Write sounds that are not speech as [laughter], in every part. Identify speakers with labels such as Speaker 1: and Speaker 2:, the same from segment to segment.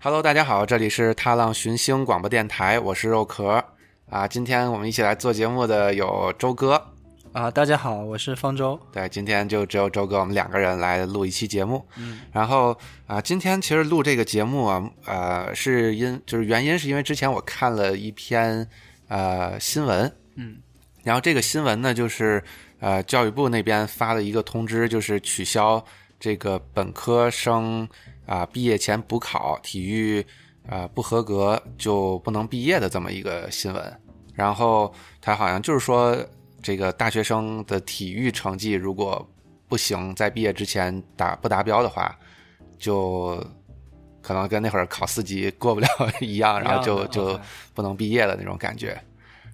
Speaker 1: Hello，大家好，这里是踏浪寻星广播电台，我是肉壳啊。今天我们一起来做节目的有周哥，
Speaker 2: 啊，大家好，我是方舟。
Speaker 1: 对，今天就只有周哥我们两个人来录一期节目。嗯，然后啊、今天其实录这个节目啊，呃，是因就是原因是因为之前我看了一篇呃新闻，
Speaker 2: 嗯，
Speaker 1: 然后这个新闻呢，就是呃教育部那边发的一个通知，就是取消这个本科生啊、毕业前补考体育呃不合格就不能毕业的这么一个新闻。然后他好像就是说，这个大学生的体育成绩如果不行，在毕业之前达不达标的话，就可能跟那会儿考四级过不了 [laughs] 一样，啊然后
Speaker 2: 啊
Speaker 1: 就就
Speaker 2: OK
Speaker 1: 不能毕业的那种感觉。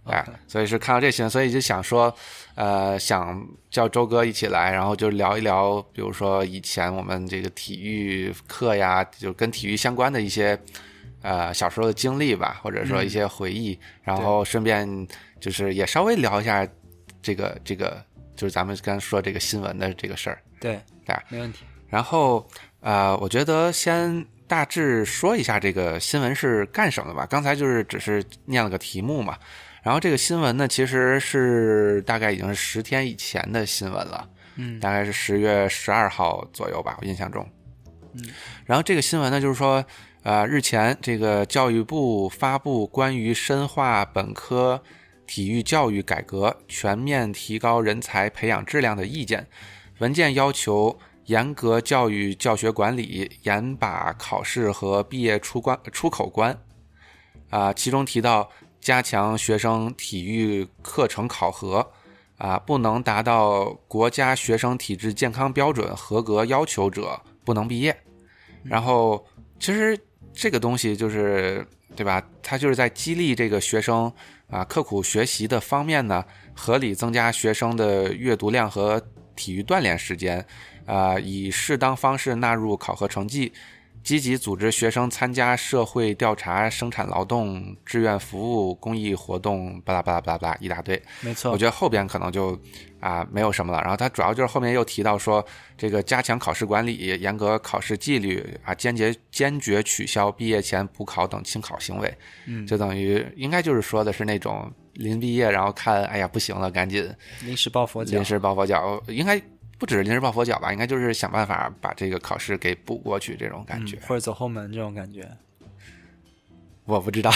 Speaker 1: 哎
Speaker 2: OK，
Speaker 1: 所以是看到这新闻，所以就想说，呃，想叫周哥一起来，然后就聊一聊，比如说以前我们这个体育课呀，就跟体育相关的一些，呃，小时候的经历吧，或者说一些回忆，然后顺便就是也稍微聊一下这个这个，就是咱们刚才说这个新闻的这个事儿。
Speaker 2: 对，
Speaker 1: 对
Speaker 2: 没问题。
Speaker 1: 然后呃，我觉得先大致说一下这个新闻是干什么的吧。刚才就是只是念了个题目嘛。然后这个新闻呢，其实是大概已经是十天以前的新闻了，
Speaker 2: 嗯
Speaker 1: 大概是十月十二号左右吧，我印象中。
Speaker 2: 嗯。
Speaker 1: 然后这个新闻呢，就是说，呃，日前这个教育部发布关于深化本科体育教育改革、全面提高人才培养质量的意见。文件要求严格教育教学管理，严把考试和毕业出关出口关。啊、其中提到加强学生体育课程考核，啊、不能达到国家学生体质健康标准合格要求者不能毕业。然后，其实这个东西就是对吧？它就是在激励这个学生啊、刻苦学习的方面呢，合理增加学生的阅读量和体育锻炼时间，啊、以适当方式纳入考核成绩，积极组织学生参加社会调查、生产劳动、志愿服务、公益活动，巴拉巴拉巴拉巴拉一大堆。
Speaker 2: 没错。
Speaker 1: 我觉得后边可能就啊、没有什么了。然后他主要就是后面又提到说，这个加强考试管理、严格考试纪律啊，坚决坚决取消毕业前补考等清考行为。
Speaker 2: 嗯
Speaker 1: 就等于应该就是说的是那种临毕业然后看，哎呀不行了，赶紧
Speaker 2: 临时抱佛脚
Speaker 1: 临。时抱佛脚，应该不只是临时抱佛脚吧，应该就是想办法把这个考试给补过去这种感觉。
Speaker 2: 嗯或者走后门这种感觉， [laughs]
Speaker 1: 我不知道，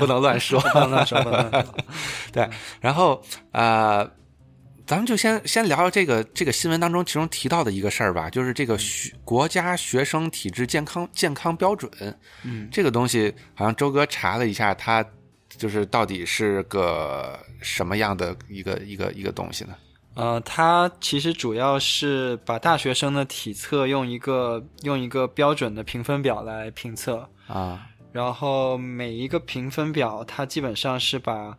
Speaker 1: 不能乱说。
Speaker 2: 不能乱说，不能乱说。
Speaker 1: 然后呃，咱们就先先聊聊这个这个新闻当中其中提到的一个事儿吧，就是这
Speaker 2: 嗯
Speaker 1: 个学国家学生体质健康健康标准
Speaker 2: 嗯，
Speaker 1: 这个东西，好像周哥查了一下，它就是到底是个什么样的一个一个一个东西呢？
Speaker 2: 呃，它其实主要是把大学生的体测用一个用一个标准的评分表来评测，
Speaker 1: 啊，
Speaker 2: 然后每一个评分表它基本上是把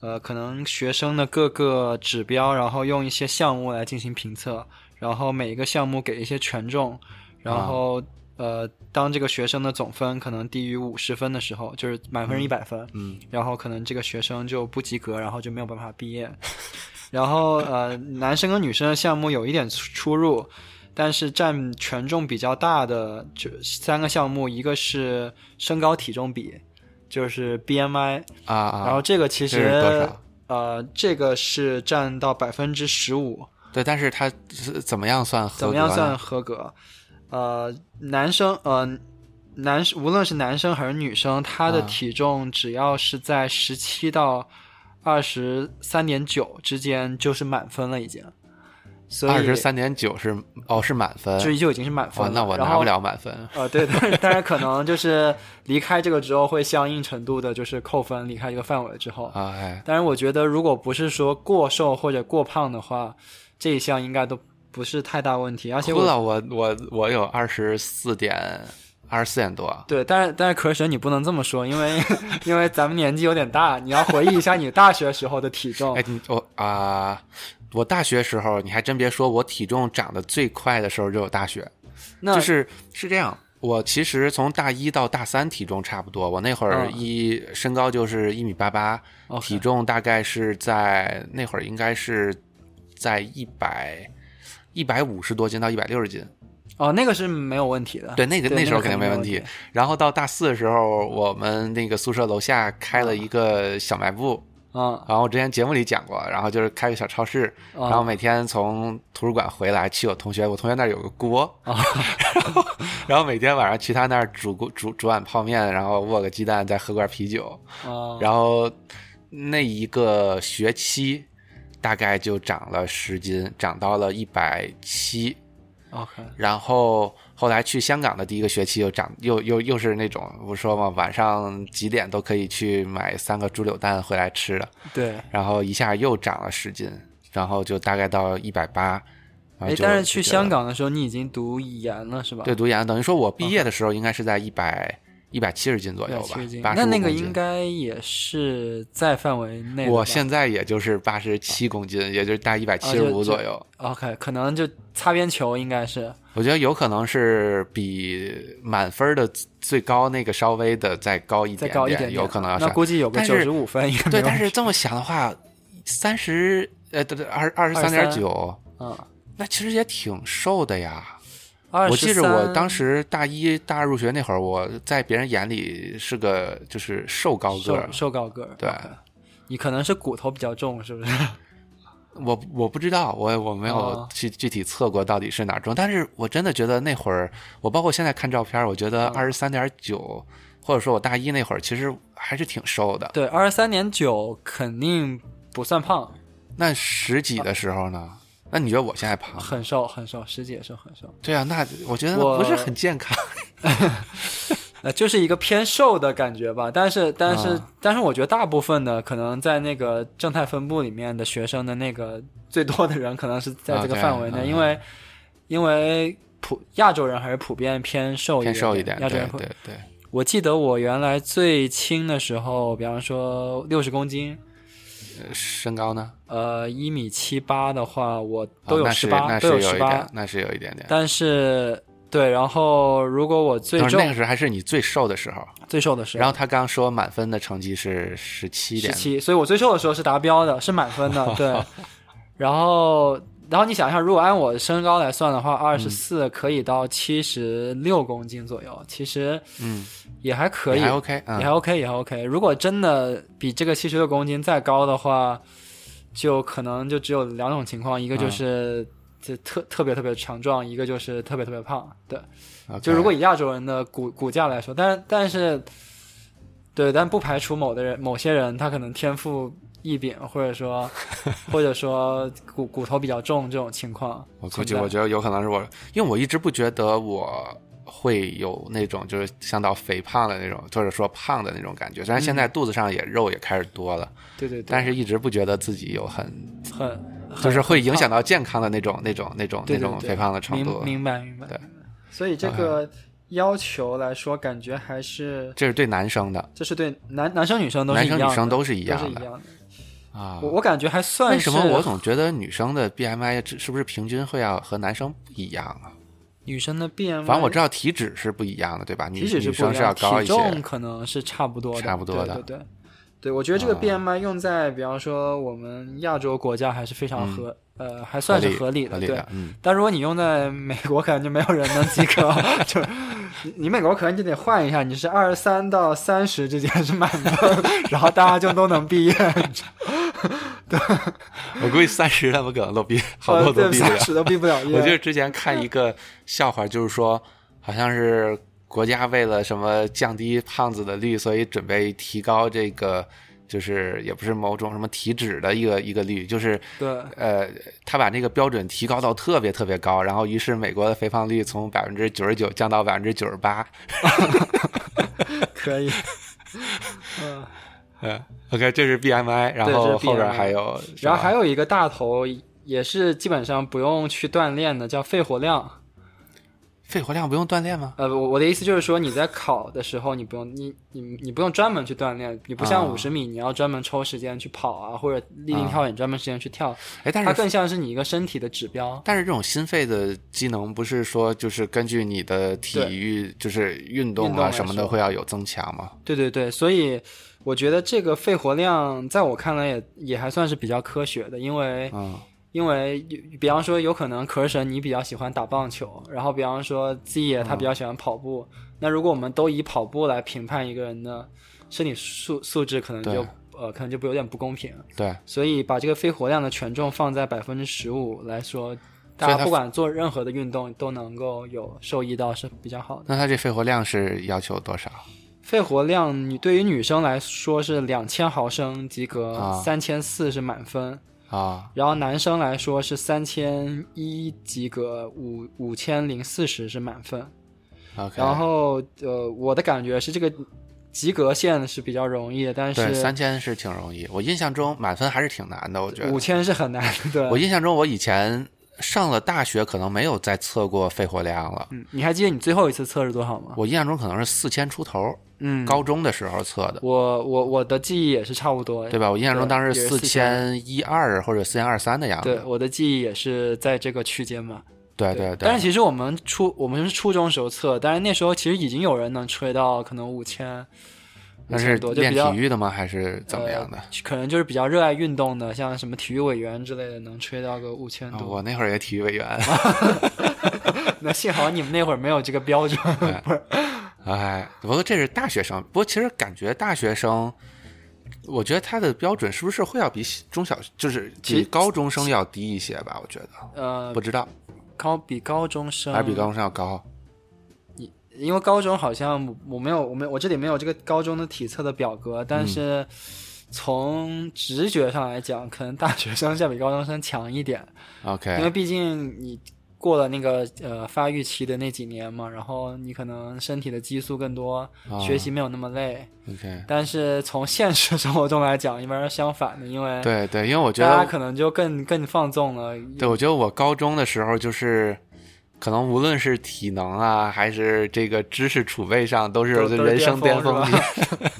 Speaker 2: 呃可能学生的各个指标，然后用一些项目来进行评测，然后每一个项目给一些权重，然
Speaker 1: 啊
Speaker 2: 后、呃当这个学生的总分可能低于五十分的时候，就是满分一百分，
Speaker 1: 嗯
Speaker 2: 然后可能这个学生就不及格，然后就没有办法毕业。 [laughs] 然后呃，男生跟女生的项目有一点出出入，但是占权重比较大的就三个项目，一个是身高体重比，就是 BMI，、
Speaker 1: 啊啊，
Speaker 2: 然后这个其
Speaker 1: 这是多
Speaker 2: 实
Speaker 1: 少
Speaker 2: 呃，这个是占到百分之十五，
Speaker 1: 对，但是它是怎么样算合
Speaker 2: 怎么
Speaker 1: 格
Speaker 2: 样
Speaker 1: 呢
Speaker 2: 算合格？呃，男生呃，男无论是男生还是女生，他的
Speaker 1: 啊
Speaker 2: 体重只要是在十七到二十三点九之间，就是满分了已经。所以
Speaker 1: 二十三点九是哦是满分，
Speaker 2: 就就已经是满
Speaker 1: 哦
Speaker 2: 分了。
Speaker 1: 那我
Speaker 2: 然
Speaker 1: 拿不
Speaker 2: 后
Speaker 1: 了满分
Speaker 2: 呃，对，但是但是可能就是离开这个之后，会相应程度的就是扣分，离开这个范围之后。
Speaker 1: 啊哎
Speaker 2: 当然，我觉得如果不是说过瘦或者过胖的话，这一项应该都不是太大问题。而且
Speaker 1: 哭
Speaker 2: 我
Speaker 1: 了，我我我有二十四点二十四点多，
Speaker 2: 对，但是但是可神你不能这么说，因为 [laughs] 因为咱们年纪有点大，你要回忆一下你大学时候的体重
Speaker 1: 哎，。你我啊、我大学时候，你还真别说，我体重长得最快的时候就有大学，
Speaker 2: 那
Speaker 1: 就是是这样。我其实从大一到大三体重差不多，我那会儿
Speaker 2: 嗯
Speaker 1: 一、身高就是一米八八，
Speaker 2: OK
Speaker 1: 体重大概是在那会儿应该是在一百一百五十多斤到一百六十斤，
Speaker 2: 哦，那个是没有问题的。
Speaker 1: 对，那个
Speaker 2: 对
Speaker 1: 那时候
Speaker 2: 那个
Speaker 1: 肯定没
Speaker 2: 没
Speaker 1: 问
Speaker 2: 问
Speaker 1: 题
Speaker 2: 题。
Speaker 1: 然后到大四的时候，我们那个宿舍楼下开了一个小卖部，
Speaker 2: 啊
Speaker 1: 然后我之前节目里讲过，然后就是开个小超市，
Speaker 2: 啊
Speaker 1: 然后每天从图书馆回来去我同学，我同学那儿有个锅， [laughs] 然后然后每天晚上去他那儿煮锅煮煮碗泡面，然后握个鸡蛋，再喝罐啤酒，
Speaker 2: 啊
Speaker 1: 然后那一个学期大概就长了十斤，长到了一百七，
Speaker 2: ，OK，
Speaker 1: 然后后来去香港的第一个学期又涨，又又又是那种不说嘛，晚上几点都可以去买三个猪柳蛋回来吃的，
Speaker 2: 对。
Speaker 1: 然后一下又涨了十斤，然后就大概到一百八。然后
Speaker 2: 哎，
Speaker 1: 就
Speaker 2: 但是去
Speaker 1: 就觉得
Speaker 2: 香港的时候，你已经读研了是吧？
Speaker 1: 对读研，等于说我毕业的
Speaker 2: 哦
Speaker 1: 时候应该是在一百一百七十斤左右吧
Speaker 2: 170，斤
Speaker 1: 85
Speaker 2: 那那个
Speaker 1: 公斤
Speaker 2: 应该也是在范围内的吧。
Speaker 1: 我现在也就是八十七公斤，也就是大一百七十
Speaker 2: 啊就
Speaker 1: 五左右。
Speaker 2: OK，可能就擦边球应该是
Speaker 1: 我觉得有可能是比满分的最高那个稍微的再高一
Speaker 2: 再
Speaker 1: 点
Speaker 2: 高一点点
Speaker 1: 有可能要
Speaker 2: 那
Speaker 1: 上。
Speaker 2: 估计有个
Speaker 1: 但
Speaker 2: 九
Speaker 1: 是
Speaker 2: 十五分应该没
Speaker 1: 对，
Speaker 2: 有
Speaker 1: 但是这么想的话，三十呃，对对，二二十三点九，
Speaker 2: 啊，
Speaker 1: 那其实也挺瘦的呀。
Speaker 2: 二
Speaker 1: 我记着我当时大一大二入学那会儿，我在别人眼里是个就是瘦高个儿
Speaker 2: 瘦，瘦高个儿，
Speaker 1: 对
Speaker 2: OK 你可能是骨头比较重，是不是？ [laughs]
Speaker 1: 我我不知道，我我没有
Speaker 2: 哦
Speaker 1: 去具体测过到底是哪儿重，但是我真的觉得那会儿，我包括现在看照片儿，我觉得二十三点九，或者说我大一那会儿，其实还是挺瘦的。
Speaker 2: 对，二十三点九肯定不算胖，
Speaker 1: 那十几的时候呢？那你觉得我现在胖？
Speaker 2: 很瘦很瘦，十几也是很瘦，
Speaker 1: [laughs] 对啊，那我觉得
Speaker 2: 我
Speaker 1: 不是很健康。
Speaker 2: 呃，就是一个偏瘦的感觉吧。但是但是、
Speaker 1: 啊
Speaker 2: 但是，我觉得大部分的可能在那个正态分布里面的学生的那个最多的人，可能是在这个
Speaker 1: OK，
Speaker 2: 范围内，
Speaker 1: 嗯
Speaker 2: 因为因为普亚洲人还是普遍偏瘦
Speaker 1: 偏瘦一点，
Speaker 2: 亚
Speaker 1: 对
Speaker 2: 洲人普
Speaker 1: 对对，
Speaker 2: 我记得我原来最轻的时候，比方说六十公斤，
Speaker 1: 呃身高呢？
Speaker 2: 呃，一米七八的话，我
Speaker 1: 啊
Speaker 2: 都有
Speaker 1: 那
Speaker 2: 十
Speaker 1: 是
Speaker 2: 八、
Speaker 1: 那是
Speaker 2: 都有
Speaker 1: 有
Speaker 2: 十
Speaker 1: 一
Speaker 2: 八
Speaker 1: 点，，那是有一点点。
Speaker 2: 但是对，然后如果我最
Speaker 1: 但是
Speaker 2: 重、
Speaker 1: 那个时候还是你最瘦的时候，
Speaker 2: 最瘦的时
Speaker 1: 然
Speaker 2: 候
Speaker 1: 后他刚说满分的成绩是十七
Speaker 2: 十
Speaker 1: 点，
Speaker 2: 七，所以我最瘦的时候是达标的，是满分
Speaker 1: [laughs]
Speaker 2: 的，对。然后，然后你想一下，如果按我身高来算的话，二十四可以到七十六公斤左右，其实
Speaker 1: 嗯，
Speaker 2: 也还可以，
Speaker 1: 也还 OK，嗯
Speaker 2: 也还 OK，也还 OK。如果真的比这个七十六公斤再高的话，就可能就只有两种情况，一个
Speaker 1: 嗯
Speaker 2: 就是就特、特别特别强壮，一个就是特别特别胖。对，
Speaker 1: OK
Speaker 2: 就如果以亚洲人的骨骨架来说，但但是，对，但不排除某的人某些人他可能天赋异禀，或
Speaker 1: [laughs]
Speaker 2: 者说或者说骨骨头比较重这种情况
Speaker 1: 我估
Speaker 2: 存
Speaker 1: 计，
Speaker 2: 在。
Speaker 1: 我觉得有可能是我，因为我一直不觉得我会有那种就是像到肥胖的那种，或者说胖的那种感觉。虽然现在
Speaker 2: 嗯
Speaker 1: 肚子上也肉也开始多了，
Speaker 2: 对对对，
Speaker 1: 但是一直不觉得自己有很
Speaker 2: 很很
Speaker 1: 就是会影响到健康的那种那种那种
Speaker 2: 对
Speaker 1: 那
Speaker 2: 对
Speaker 1: 种
Speaker 2: 对
Speaker 1: 肥胖的程度
Speaker 2: 明。明白明白。
Speaker 1: 对
Speaker 2: 明白所以这个要求来说，感觉还是
Speaker 1: 这是对男生的
Speaker 2: 这是对男男生女生都是
Speaker 1: 男
Speaker 2: 一
Speaker 1: 生
Speaker 2: 样
Speaker 1: 女生
Speaker 2: 都
Speaker 1: 都是一样
Speaker 2: 是
Speaker 1: 的
Speaker 2: 一样的。
Speaker 1: 啊
Speaker 2: 我。我感觉还算
Speaker 1: 为
Speaker 2: 是
Speaker 1: 什么我总觉得女生的 BMI 是不是平均会要和男生不一样啊？
Speaker 2: 女生的 BMI，
Speaker 1: 反正我知道体脂是不一样的，对吧？女
Speaker 2: 体脂
Speaker 1: 女
Speaker 2: 是不
Speaker 1: 生
Speaker 2: 一
Speaker 1: 是
Speaker 2: 样
Speaker 1: 要
Speaker 2: 的，
Speaker 1: 高
Speaker 2: 体
Speaker 1: 一些
Speaker 2: 重，可能是差不多的，
Speaker 1: 差不多的
Speaker 2: 对对对。对，我觉得这个
Speaker 1: 啊
Speaker 2: BMI 用在比方说我们亚洲国家还是非常合，呃，还算是
Speaker 1: 嗯合
Speaker 2: 理
Speaker 1: 理
Speaker 2: 的，
Speaker 1: 合理
Speaker 2: 对
Speaker 1: 的。，嗯， [laughs]
Speaker 2: 但如果你用在美国，可能就没有人能及格，就是你你美国可能就得换一下，你是二十三到三十之间是满分，然后大家就都能毕业，
Speaker 1: 我估计三十他们可能都毕， [laughs] 好多都
Speaker 2: 呃对
Speaker 1: 毕不了
Speaker 2: 三。十都毕不了业。
Speaker 1: 我就是之前看一个笑话，就是说，好像是国家为了什么降低胖子的率，所以准备提高这个，就是也不是某种什么体脂的一个一个率，就是
Speaker 2: 对
Speaker 1: 呃，他把那个标准提高到特别特别高，然后于是美国的肥胖率从百分之九十九降到百分之九十八。 [laughs]
Speaker 2: 可以，嗯，
Speaker 1: 嗯，OK，这是 BMI，然
Speaker 2: 对这是
Speaker 1: 后后
Speaker 2: BMI
Speaker 1: 边还有，是
Speaker 2: 然
Speaker 1: 吧
Speaker 2: 后还有一个大头也是基本上不用去锻炼的，叫肺活量。
Speaker 1: 肺活量不用锻炼吗？
Speaker 2: 呃，我我的意思就是说，你在考的时候，你不用你你你不用专门去锻炼，你不
Speaker 1: 啊
Speaker 2: 像五十米，你要专门抽时间去跑啊，或者立定
Speaker 1: 啊
Speaker 2: 跳远专门时间去跳，
Speaker 1: 哎，但
Speaker 2: 它
Speaker 1: 是
Speaker 2: 更像是你一个身体的指标。
Speaker 1: 但是这种心肺的机能不是说就是根据你的体
Speaker 2: 对
Speaker 1: 育就是运
Speaker 2: 运
Speaker 1: 动
Speaker 2: 动
Speaker 1: 啊
Speaker 2: 来
Speaker 1: 什么的
Speaker 2: 说
Speaker 1: 会要有增强吗？
Speaker 2: 对对对，所以我觉得这个肺活量在我看来也也还算是比较科学的，因为
Speaker 1: 嗯，
Speaker 2: 因为比方说有可能壳神你比较喜欢打棒球，然后比方说 Z 爷他比
Speaker 1: 啊
Speaker 2: 较喜欢跑步，那如果我们都以跑步来评判一个人的身体素素质，可能就
Speaker 1: 对
Speaker 2: 呃可能就不有点不公平。
Speaker 1: 对，
Speaker 2: 所以把这个肺活量的权重放在百分之十五来说，大
Speaker 1: 所以
Speaker 2: 家
Speaker 1: 它
Speaker 2: 不管做任何的运动都能够有受益到是比较好的。
Speaker 1: 那他这肺活量是要求多少？
Speaker 2: 肺活量，你对于女生来说是两千毫升及格
Speaker 1: 啊，
Speaker 2: 三千四是满分，
Speaker 1: 啊、
Speaker 2: 然后男生来说是三千一及格，五五千零四十是满分。
Speaker 1: o k
Speaker 2: 然后呃，我的感觉是这个及格线是比较容易的，但
Speaker 1: 对
Speaker 2: 是
Speaker 1: 三千是挺容易，我印象中满分还是挺难的，我觉得
Speaker 2: 五。千是很难的。
Speaker 1: 我印象中我以前上了大学，可能没有再测过肺活量了。
Speaker 2: 嗯，你还记得你最后一次测是多少吗？
Speaker 1: 我印象中可能是四千出头，
Speaker 2: 嗯，
Speaker 1: 高中的时候测的，
Speaker 2: 我我我的记忆也是差不多，哎
Speaker 1: 对吧？我印象中当时
Speaker 2: 对也是
Speaker 1: 四千一二或者四千二三的样子。
Speaker 2: 对，我的记忆也是在这个区间嘛。
Speaker 1: 对啊对
Speaker 2: 但是其实我们初我们是初中时候测，但是那时候其实已经有人能吹到可能五千，
Speaker 1: 那是
Speaker 2: 多就
Speaker 1: 练
Speaker 2: 比较
Speaker 1: 体育的吗？还是怎么样的？
Speaker 2: 呃可能就是比较热爱运动的，像什么体育委员之类的，能吹到个五千
Speaker 1: 啊
Speaker 2: 多。
Speaker 1: 我那会儿也体育委员， [laughs]
Speaker 2: [laughs] 那幸好你们那会儿没有这个标准。
Speaker 1: 哎，不过这是大学生。不过其实感觉大学生，我觉得他的标准是不是会要比中小，就是
Speaker 2: 其
Speaker 1: 比高中生要低一些吧？我觉得
Speaker 2: 呃
Speaker 1: 不，知道，
Speaker 2: 高比高中生
Speaker 1: 还是比高中生要高。
Speaker 2: 因为高中好像我我没有我没有我这里没有这个高中的体测的表格，
Speaker 1: 嗯
Speaker 2: 但是从直觉上来讲，可能大学生要比高中生强一点，因
Speaker 1: OK，
Speaker 2: 为毕竟你过了那个呃发育期的那几年嘛，然后你可能身体的激素更多，
Speaker 1: 啊
Speaker 2: 学习没有那么累。
Speaker 1: OK，
Speaker 2: 但是从现实生活中来讲，一般是相反的，因为
Speaker 1: 对对，因为我觉
Speaker 2: 大家
Speaker 1: 得，
Speaker 2: 可能就更更放纵了。
Speaker 1: 对我觉得我高中的时候就是。可能无论是体能啊，还是这个知识储备上，都是
Speaker 2: 都都是
Speaker 1: 人生巅
Speaker 2: 巅
Speaker 1: 峰
Speaker 2: 峰
Speaker 1: 期
Speaker 2: 是吧。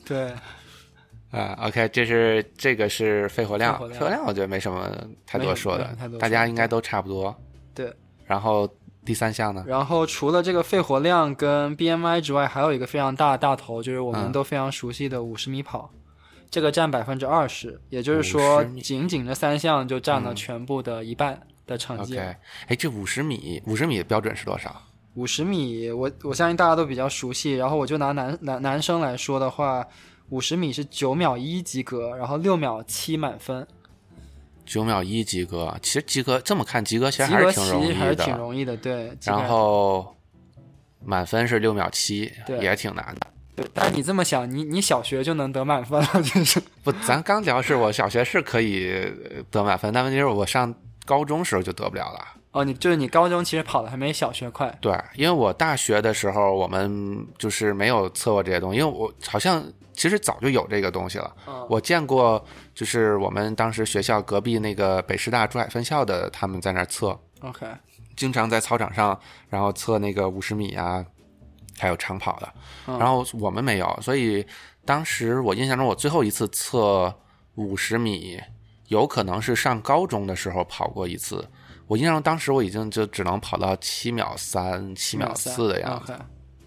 Speaker 2: [laughs] 对，
Speaker 1: 啊、o k 这是这个是肺活量，
Speaker 2: 肺活量
Speaker 1: 我觉得没什么太多说
Speaker 2: 没什
Speaker 1: 的
Speaker 2: 么太多，说
Speaker 1: 大家应该都差不多。
Speaker 2: 对。
Speaker 1: 然后第三项呢？
Speaker 2: 然后除了这个肺活量跟 BMI 之外，还有一个非常大的大头，就是我们
Speaker 1: 嗯
Speaker 2: 都非常熟悉的五十米跑，这个占百分之二十，也就是说
Speaker 1: 50米，嗯
Speaker 2: 仅仅这三项就占了全部的一半的成绩
Speaker 1: OK，。哎，这五十米，五十米的标准是多少？
Speaker 2: 五十米，我我相信大家都比较熟悉。然后我就拿男男男生来说的话，五十米是九秒一及格，然后六秒七满分，
Speaker 1: 九秒一及格，其实及格这么看，及格其实
Speaker 2: 及
Speaker 1: 还
Speaker 2: 格
Speaker 1: 是
Speaker 2: 其
Speaker 1: 挺容
Speaker 2: 实
Speaker 1: 易
Speaker 2: 还是挺
Speaker 1: 的。
Speaker 2: 容易的，对。及格
Speaker 1: 然后满分是六秒七，
Speaker 2: 对
Speaker 1: 也挺难的。
Speaker 2: 对，但是你这么想，你你小学就能得满分了，就是
Speaker 1: 不，咱刚聊是我小学是可以呃得满分，但问题是我上高中时候就得不了了。
Speaker 2: 哦，你就是你高中其实跑的还没小学快。
Speaker 1: 对，因为我大学的时候我们就是没有测过这些东西，因为我好像其实早就有这个东西了。
Speaker 2: 嗯
Speaker 1: 我见过，就是我们当时学校隔壁那个北师大珠海分校的，他们在那儿测，
Speaker 2: ，OK，
Speaker 1: 经常在操场上，然后测那个五十米啊，还有长跑的。
Speaker 2: 嗯
Speaker 1: 然后我们没有，所以当时我印象中，我最后一次测五十米，有可能是上高中的时候跑过一次。我印象中当时我已经就只能跑到七秒三、嗯七秒四的样子，
Speaker 2: 子。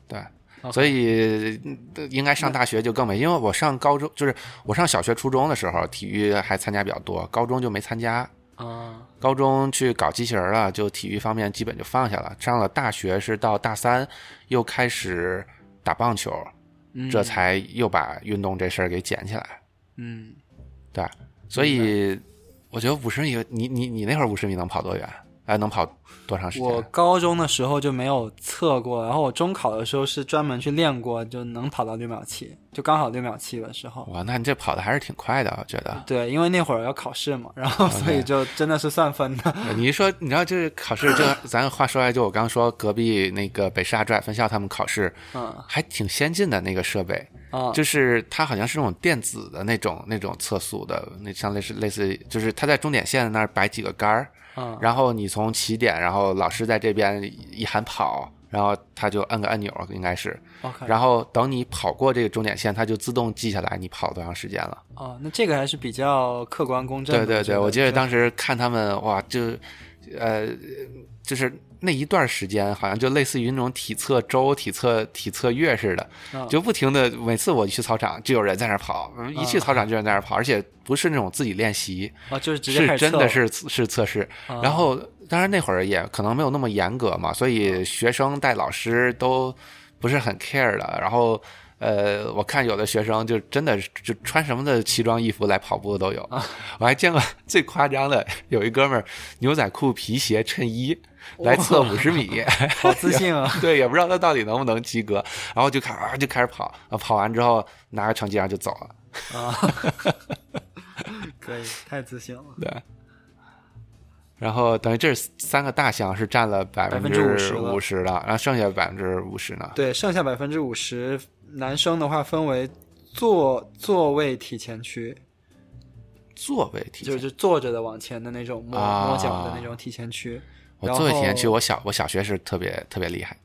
Speaker 1: 对。
Speaker 2: OK
Speaker 1: 所以嗯应该上大学就更没，因为我上高中就是我上小学、初中的时候，体育还参加比较多，高中就没参加。
Speaker 2: 啊
Speaker 1: 高中去搞机器人了，就体育方面基本就放下了。上了大学是到大三又开始打棒球，
Speaker 2: 嗯，
Speaker 1: 这才又把运动这事儿给捡起来。
Speaker 2: 嗯，
Speaker 1: 对，所以我觉得五十米，你你你那会儿五十米能跑多远？哎，能跑多长时间？
Speaker 2: 我高中的时候就没有测过，然后我中考的时候是专门去练过，就能跑到六秒七，就刚好六秒七的时候。。
Speaker 1: 哇，那你这跑的还是挺快的，我觉得
Speaker 2: [laughs] 对，因为那会儿要考试嘛，然后所以就真的是算分的。
Speaker 1: 你一说，你知道，就是考试，
Speaker 2: [laughs]
Speaker 1: 就咱话说来，就我刚说隔壁那个北师大珠海分校，他们考试
Speaker 2: 嗯
Speaker 1: 还挺先进的那个设备，
Speaker 2: 啊，
Speaker 1: 就是它好像是那种电子的那种那种测速的，那像类似类似，就是它在终点线那儿摆几个杆儿，
Speaker 2: 嗯
Speaker 1: 然后你从起点，然后老师在这边一喊跑，然后他就按个按钮，应该是，
Speaker 2: ，OK，
Speaker 1: 然后等你跑过这个终点线，它就自动记下来你跑多长时间了。
Speaker 2: 啊哦，那这个还是比较客观公正
Speaker 1: 对
Speaker 2: 的。
Speaker 1: 对对，我记
Speaker 2: 觉
Speaker 1: 得当时看他们哇，就呃，就是那一段时间，好像就类似于那种体测周、体测体测月似的，
Speaker 2: 嗯
Speaker 1: 就不停的，每次我去操场就有人在那儿跑，一去操场就有人在那儿跑，而且不是那种自己练习，
Speaker 2: 啊，就是直接开
Speaker 1: 是真
Speaker 2: 始测
Speaker 1: 的
Speaker 2: 了，
Speaker 1: 是是测试。
Speaker 2: 啊
Speaker 1: 然后，当然那会儿也可能没有那么严格嘛，所
Speaker 2: 啊
Speaker 1: 以学生带老师都不是很 care 的。然后，呃，我看有的学生就真的是就穿什么的奇装异服来跑步的都有。
Speaker 2: 啊
Speaker 1: 我还见过 [laughs] 最夸张的，有一哥们儿牛仔裤、皮鞋、衬衣来测五十米， [laughs]
Speaker 2: 好自信啊！ [laughs]
Speaker 1: 对，也不知道他到底能不能及格，然后就开啊就开始跑，啊跑完之后拿个成绩单就走了。
Speaker 2: 啊，可以，太自信了。
Speaker 1: 对。然后等于这三个大项是占了百之五十的，然后剩下百分之五十呢？
Speaker 2: 对，剩下百分之五十，男生的话分为坐座位体前区，
Speaker 1: 座位体
Speaker 2: 就
Speaker 1: 前，
Speaker 2: 是坐着的往前的那种摸、
Speaker 1: 啊
Speaker 2: 摸脚的那种体前区，
Speaker 1: 我
Speaker 2: 然
Speaker 1: 座位体前区，
Speaker 2: 后
Speaker 1: 我小我小学是特别特别厉害，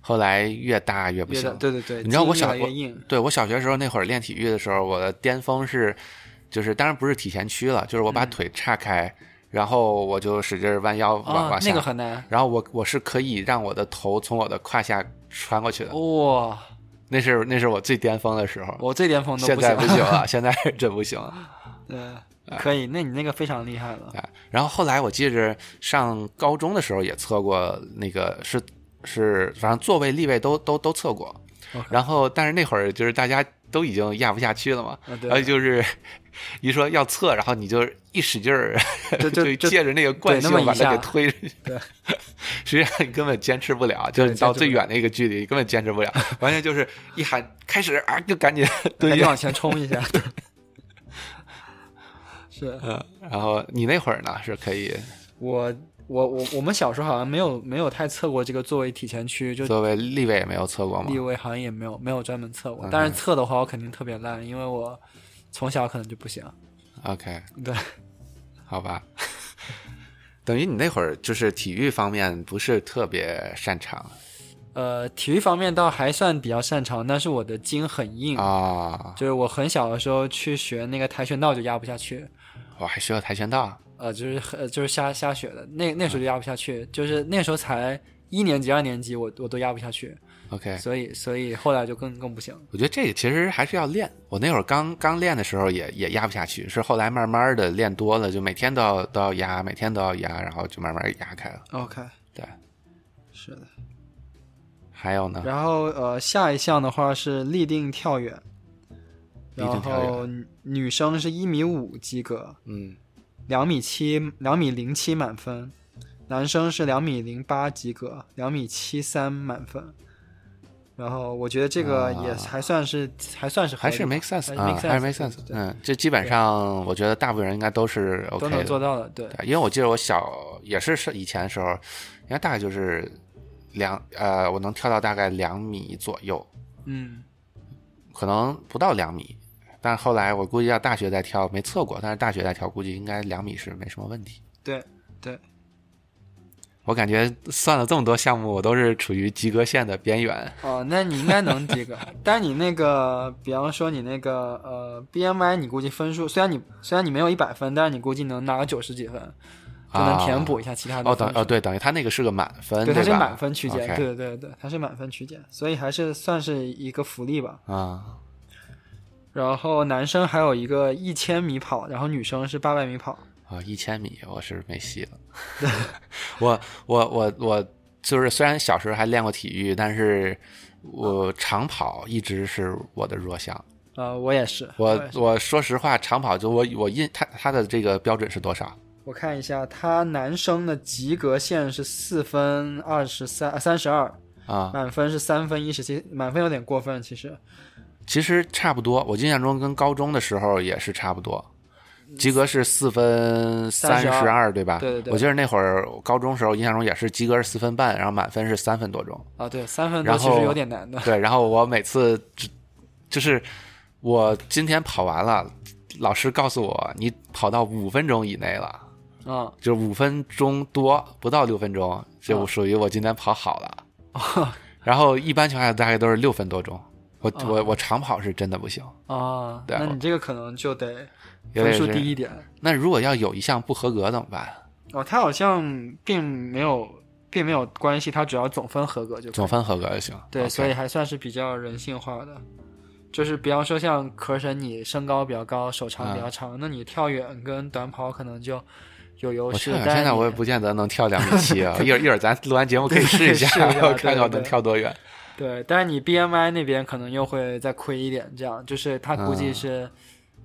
Speaker 1: 后来越大越不
Speaker 2: 越
Speaker 1: 行
Speaker 2: 的。对对对，
Speaker 1: 你知道我
Speaker 2: 筋越
Speaker 1: 小
Speaker 2: 来
Speaker 1: 我
Speaker 2: 越硬
Speaker 1: 对我小学时候那会儿练体育的时候，我的巅峰是，就是当然不是体前屈了，就是我
Speaker 2: 嗯
Speaker 1: 把腿岔开，然后我就使劲儿弯腰往、
Speaker 2: 啊
Speaker 1: 往，下，
Speaker 2: 那个很难
Speaker 1: 然后我我是可以让我的头从我的胯下穿过去的，
Speaker 2: 哇、
Speaker 1: 那是那是我最巅峰的时候。
Speaker 2: 我最巅峰都
Speaker 1: 现
Speaker 2: 不
Speaker 1: 在
Speaker 2: 行啊
Speaker 1: 不
Speaker 2: [laughs]
Speaker 1: 行了，现在是真不行啊了。
Speaker 2: 嗯，可以，那你那个非常厉害了。
Speaker 1: 啊，然后后来我记着上高中的时候也测过那个是是，反正座位立位都都都测过
Speaker 2: OK。
Speaker 1: 然后但是那会儿就是大家都已经压不下去了嘛，
Speaker 2: 啊，
Speaker 1: 然后
Speaker 2: 对，
Speaker 1: 就是 [laughs] 一说要测，然后你就一使劲儿， [laughs]
Speaker 2: 就就就
Speaker 1: 借着那个惯性
Speaker 2: 对那么
Speaker 1: 把
Speaker 2: 一
Speaker 1: 它
Speaker 2: 下
Speaker 1: 给推出去。
Speaker 2: 对，
Speaker 1: 实际上你根本坚持不了，就是你到
Speaker 2: 坚持不
Speaker 1: 最远的一个距离根本坚持
Speaker 2: [laughs]
Speaker 1: 不了，完全就是一喊开始啊，就赶紧 [laughs]
Speaker 2: 对，
Speaker 1: 蹲
Speaker 2: 你
Speaker 1: 下。
Speaker 2: 往前冲一 [laughs] 下。是
Speaker 1: 嗯，然后你那会儿呢是可以
Speaker 2: 我我我我们小时候好像没有没有太测过这个座位体前区，就
Speaker 1: 作为立位也没有测过吗嗯
Speaker 2: 立？位好像也没有没有专门测过。但是测的话，我肯定特别烂，因为我从小可能就不行。
Speaker 1: OK，
Speaker 2: 对，
Speaker 1: 好吧。等于你那会儿就是体育方面不是特别擅长
Speaker 2: 呃，体育方面倒还算比较擅长，但是我的筋很硬，
Speaker 1: 啊，
Speaker 2: 就是我很小的时候去学那个跆拳道就压不下去。
Speaker 1: 我还学过跆拳道啊
Speaker 2: 呃，就是很就是瞎瞎学的，那那时候就压不下去，
Speaker 1: 嗯
Speaker 2: 就是那时候才一年级、二年级我，我都压不下去，
Speaker 1: ，OK，
Speaker 2: 所以所以后来就更更不行了。
Speaker 1: 我觉得这个其实还是要练。我那会儿刚刚练的时候也也压不下去，是后来慢慢的练多了，就每天都要都要压，每天都要压，然后就慢慢压开了。
Speaker 2: OK，
Speaker 1: 对，
Speaker 2: 是的。
Speaker 1: 还有呢，
Speaker 2: 然后呃，下一项的话是立定跳远，
Speaker 1: 立定
Speaker 2: 然
Speaker 1: 跳远
Speaker 2: 后女女生是一米五及格，
Speaker 1: 嗯，
Speaker 2: 两米七两米零七满分，男生是两米零八及格，两米七三满分。然后我觉得这个也
Speaker 1: 啊
Speaker 2: 还算是、还算是合
Speaker 1: 还是
Speaker 2: 理
Speaker 1: make sense
Speaker 2: 还
Speaker 1: 啊，
Speaker 2: 是
Speaker 1: 还是
Speaker 2: make
Speaker 1: make
Speaker 2: sense，
Speaker 1: sense，
Speaker 2: 对
Speaker 1: 嗯，这基本上我觉得大部分人应该都是 OK
Speaker 2: 都
Speaker 1: 的
Speaker 2: 能。做到的，对。
Speaker 1: 对，因为我记得我小也是是以前的时候，应该大概就是两呃，我能跳到大概两米左右，
Speaker 2: 嗯，
Speaker 1: 可能不到两米。但是后来我估计要大学再跳没测过，但是大学再跳估计应该两米是没什么问题。
Speaker 2: 对对。
Speaker 1: 我感觉算了这么多项目，我都是处于及格线的边缘。
Speaker 2: 哦，那你应该能
Speaker 1: [laughs]
Speaker 2: 及格。但你那个，比方说你那个呃 BMI，你估计分数虽然你虽然你没有一百分，但是你估计能拿个九十几分，就能填补一下其他的
Speaker 1: 哦，
Speaker 2: 分
Speaker 1: 等
Speaker 2: 数。
Speaker 1: 哦，对，等于他那个是个满分，
Speaker 2: 对，它是
Speaker 1: 吧
Speaker 2: 满分区间
Speaker 1: OK
Speaker 2: 对对对，它是满分区间，所以还是算是一个福利吧。
Speaker 1: 啊、
Speaker 2: 然后男生还有一个一千米跑，然后女生是八百米跑。
Speaker 1: 啊，一千米我是没戏了。 [laughs] 我我我我就是虽然小时候还练过体育，但是我长跑一直是我的弱项。
Speaker 2: 呃，我也是，我
Speaker 1: 我
Speaker 2: 也是
Speaker 1: 我说实话，长跑就我我印他他的这个标准是多少？
Speaker 2: 我看一下，他男生的及格线是四分二十三呃三十二，
Speaker 1: 啊、
Speaker 2: 满分是三分一十七，满分有点过分，其实
Speaker 1: 其实差不多。我印象中跟高中的时候也是差不多，
Speaker 2: 嗯
Speaker 1: 及格是四分三十二，
Speaker 2: 32
Speaker 1: 对吧？
Speaker 2: 对对对
Speaker 1: 我记得那会儿高中时候印象中也是及格是四分半，然后满分是三分多钟。
Speaker 2: 啊，对，三分
Speaker 1: 然
Speaker 2: 多其实
Speaker 1: 后
Speaker 2: 有点难 [laughs] 的。
Speaker 1: 对，然后我每次只就是我今天跑完了，老师告诉我你跑到五分钟以内了，
Speaker 2: 嗯，
Speaker 1: 就五分钟多不到六分钟，就
Speaker 2: 啊
Speaker 1: 属于我今天跑好了。
Speaker 2: 哦
Speaker 1: [laughs] 然后一般情况下大概都是六分多钟，我、我我长跑是真的不行。
Speaker 2: 啊，
Speaker 1: 对
Speaker 2: 那
Speaker 1: 我
Speaker 2: 你这个可能就得
Speaker 1: 有点
Speaker 2: 分数
Speaker 1: 是
Speaker 2: 低一点。
Speaker 1: 那如果要有一项不合格怎么办？
Speaker 2: 哦，它好像并没有并没有关系，它只要总分合格就可以
Speaker 1: 总分合格就行。
Speaker 2: 对
Speaker 1: OK
Speaker 2: 所以还算是比较人性化的。就是比方说像壳神，你身高比较高，手长
Speaker 1: 嗯
Speaker 2: 比较长，那你跳远跟短跑可能就有优
Speaker 1: 我
Speaker 2: 势
Speaker 1: 跳。远
Speaker 2: 但
Speaker 1: 现在
Speaker 2: 你，
Speaker 1: 我也不见得能跳两米七啊，一会儿一会儿咱录完节目可以试一下
Speaker 2: 试一下
Speaker 1: 看看我能跳多远。
Speaker 2: 对，但是你 BMI 那边可能又会再亏一点，这样就是它估计是，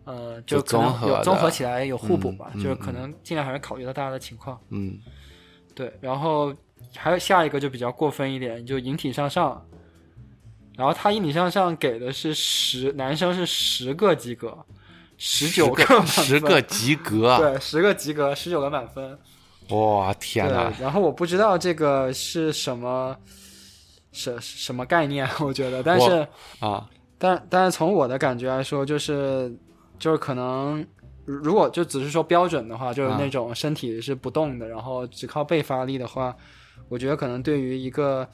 Speaker 2: 呃，
Speaker 1: 啊就
Speaker 2: 就可能
Speaker 1: 综合
Speaker 2: 有综合
Speaker 1: 的
Speaker 2: 起来有互补吧，
Speaker 1: 嗯
Speaker 2: 就是
Speaker 1: 嗯
Speaker 2: 可能尽量还是考虑到大家的情况。
Speaker 1: 嗯，
Speaker 2: 对，然后还有下一个就比较过分一点，就引体向上。然后他引体向上给的是十，男生是十个及格，十九
Speaker 1: 个 [laughs]
Speaker 2: 满分，
Speaker 1: 十个啊及格，
Speaker 2: 对，十个及格，十九个满分。
Speaker 1: 哇天哪
Speaker 2: 对，！然后我不知道这个是什么，什什么概念，我觉得，但
Speaker 1: 我
Speaker 2: 是
Speaker 1: 啊，
Speaker 2: 但但是从我的感觉来说，就是就是可能，如如果就只是说标准的话，就是
Speaker 1: 嗯
Speaker 2: 那种身体是不动的，然后只靠背发力的话，我觉得可能对于一个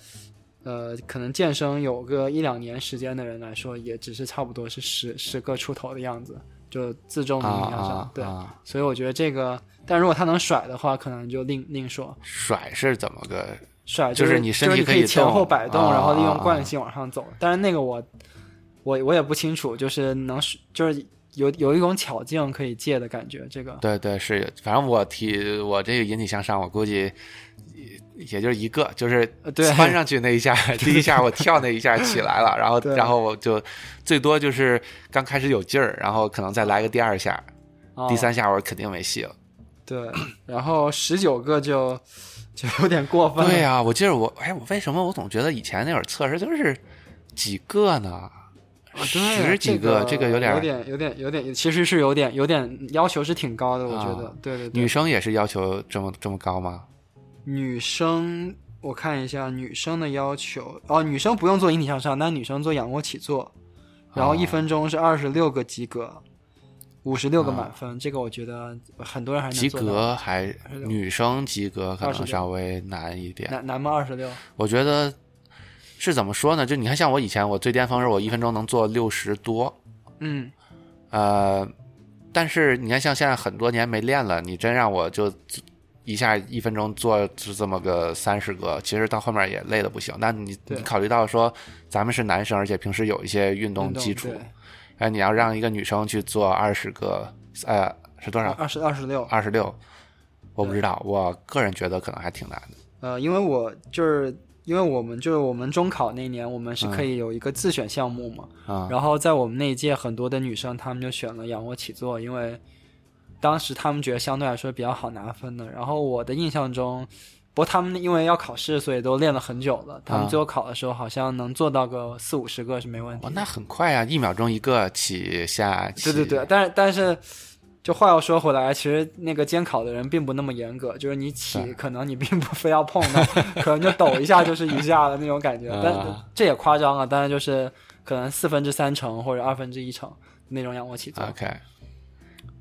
Speaker 2: 呃可能健身有个一两年时间的人来说，也只是差不多是十十个出头的样子，就自重
Speaker 1: 啊
Speaker 2: 能力向上。
Speaker 1: 啊
Speaker 2: 对，
Speaker 1: 啊！
Speaker 2: 所以我觉得这个，但如果他能甩的话，可能就另另说。
Speaker 1: 甩是怎么个？
Speaker 2: 甩
Speaker 1: 就是
Speaker 2: 是
Speaker 1: 你
Speaker 2: 你
Speaker 1: 身体
Speaker 2: 就是
Speaker 1: 可
Speaker 2: 可
Speaker 1: 以
Speaker 2: 前
Speaker 1: 动
Speaker 2: 后摆动，
Speaker 1: 啊
Speaker 2: 然后利
Speaker 1: 啊
Speaker 2: 用
Speaker 1: 啊
Speaker 2: 惯性往上走。但是那个我我我也不清楚，就是能就是有有一种巧劲可以借的感觉。这个
Speaker 1: 对对是，反正我体我这个引体向上，我估计也也就是一个，就是
Speaker 2: 呃对
Speaker 1: 窜上去那一
Speaker 2: [laughs]
Speaker 1: 下，第一下我跳那一下起来了，然后
Speaker 2: 对
Speaker 1: 然后我就最多就是刚开始有劲儿，然后可能再来个第二下，
Speaker 2: 啊
Speaker 1: 第三下我肯定没戏了。
Speaker 2: 对，然后十九个就就有点过分了。
Speaker 1: 对呀、我记得我哎，我为什么我总觉得以前那会儿测试就是几个呢？
Speaker 2: 啊，对
Speaker 1: 十几个，这
Speaker 2: 这
Speaker 1: 个有点
Speaker 2: 有
Speaker 1: 儿。
Speaker 2: 点有点有点，其实是有点有点要求是挺高的，我觉得。
Speaker 1: 啊
Speaker 2: 对对对，
Speaker 1: 女生也是要求这么这么高吗？
Speaker 2: 女生。我看一下女生的要求哦，女生不用做引体向上，但女生做仰卧起坐，然后一分钟是二十六个及格，五十六个满分，这个我觉得很多人还能
Speaker 1: 及
Speaker 2: 做到。
Speaker 1: 格还女生及格可能稍微难一点。
Speaker 2: 男男们二十六，
Speaker 1: 我觉得是怎么说呢？就你看，像我以前我最巅峰时，候，我一分钟能做六十多，
Speaker 2: 嗯，
Speaker 1: 呃，但是你看，像现在很多年没练了，你真让我就一下一分钟做就这么个三十个，其实到后面也累的不行。那你
Speaker 2: 对
Speaker 1: 你考虑到说，咱们是男生，而且平时有一些运
Speaker 2: 运
Speaker 1: 动
Speaker 2: 动
Speaker 1: 基础
Speaker 2: 对，
Speaker 1: 哎，你要让一个女生去做二十个，呃，是多少？
Speaker 2: 二十二十六。
Speaker 1: 二十六？我不知道，我个人觉得可能还挺难的。
Speaker 2: 呃，因为我就是因为我们就是我们中考那年，我们
Speaker 1: 嗯
Speaker 2: 是可以有一个自选项目嘛。
Speaker 1: 啊、
Speaker 2: 然后在我们那一届，很多的女生她们就选了仰卧起坐，因为当时她们觉得相对来说比较好拿分的。然后我的印象中，不过她们因为要考试，所以都练了很久了。她
Speaker 1: 啊
Speaker 2: 们最后考的时候，好像能做到个四五十个是没问题
Speaker 1: 哇，
Speaker 2: 的。
Speaker 1: 那很快啊，一秒钟一个起下起。
Speaker 2: 对对对，但是但是，就话又说回来，其实那个监考的人并不那么严格，就是你起
Speaker 1: 对
Speaker 2: 可能你并不非要碰到，可能就抖一下就是一下的那种感觉，但
Speaker 1: 啊
Speaker 2: 这也夸张了，当然就是可能四分之三成或者二分之一成那种仰卧起坐。
Speaker 1: OK，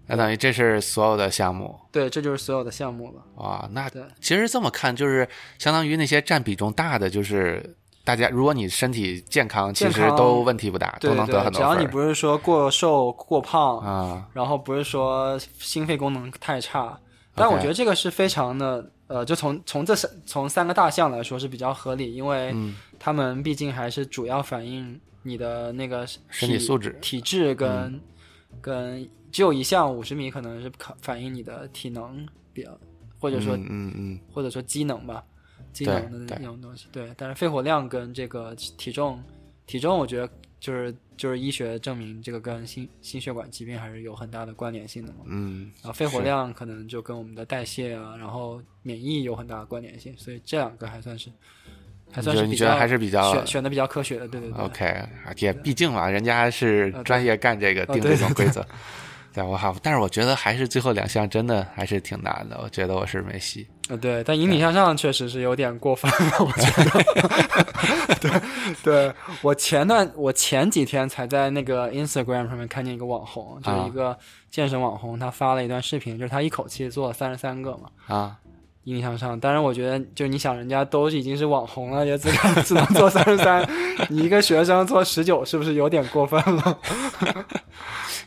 Speaker 1: 那等于这是所有的项目
Speaker 2: 对，这就是所有的项目了。
Speaker 1: 哇。那
Speaker 2: 对
Speaker 1: 其实这么看，就是相当于那些占比重大的，就是大家如果你身体健康，其
Speaker 2: 健
Speaker 1: 实
Speaker 2: 康
Speaker 1: 都问题不大，
Speaker 2: 对
Speaker 1: 都能得
Speaker 2: 对，
Speaker 1: 很
Speaker 2: 只
Speaker 1: 多
Speaker 2: 要
Speaker 1: 分
Speaker 2: 你
Speaker 1: 儿。
Speaker 2: 不是说过瘦过胖，
Speaker 1: 啊，
Speaker 2: 然后不是说心肺功能太差，但我觉得这个是非常的，呃，就从从这三从三个大项来说是比较合理，因为他们毕竟还是主要反映你的那个
Speaker 1: 身体素质嗯
Speaker 2: 体质跟、跟只有一项五十米可能是看反映你的体能比较，或者说、
Speaker 1: 嗯嗯嗯，
Speaker 2: 或者说机能吧，机能的
Speaker 1: 对
Speaker 2: 那种东西。对，但是肺活量跟这个体重，体重我觉得就是就是医学证明这个跟心心血管疾病还是有很大的关联性的嘛。
Speaker 1: 嗯
Speaker 2: 然后肺活
Speaker 1: 是
Speaker 2: 量可能就跟我们的代谢啊，然后免疫有很大的关联性，所以这两个还算是还算
Speaker 1: 就是是你
Speaker 2: 比
Speaker 1: 觉
Speaker 2: 较
Speaker 1: 得还是比较
Speaker 2: 选选的比较科学的，对对对。啊
Speaker 1: OK，啊也毕竟嘛，人家是专业干这个，
Speaker 2: 对
Speaker 1: 定
Speaker 2: 啊对
Speaker 1: 这种规则。对，我好，但是我觉得还是最后两项真的还是挺难的，我觉得我是没戏。
Speaker 2: 呃，对，但引体向上确实是有点过分 [laughs] 了，我觉得。对，对我前段我前几天才在那个 Instagram 上面看见一个网红，就是
Speaker 1: 啊
Speaker 2: 一个健身网红，他发了一段视频，就是他一口气做了三十三个嘛。
Speaker 1: 啊，
Speaker 2: 引体向上，当然我觉得，就你想，人家都已经是网红了，也只能只能做 [laughs] 三十三，你一个学生做十九，是不是有点过分了？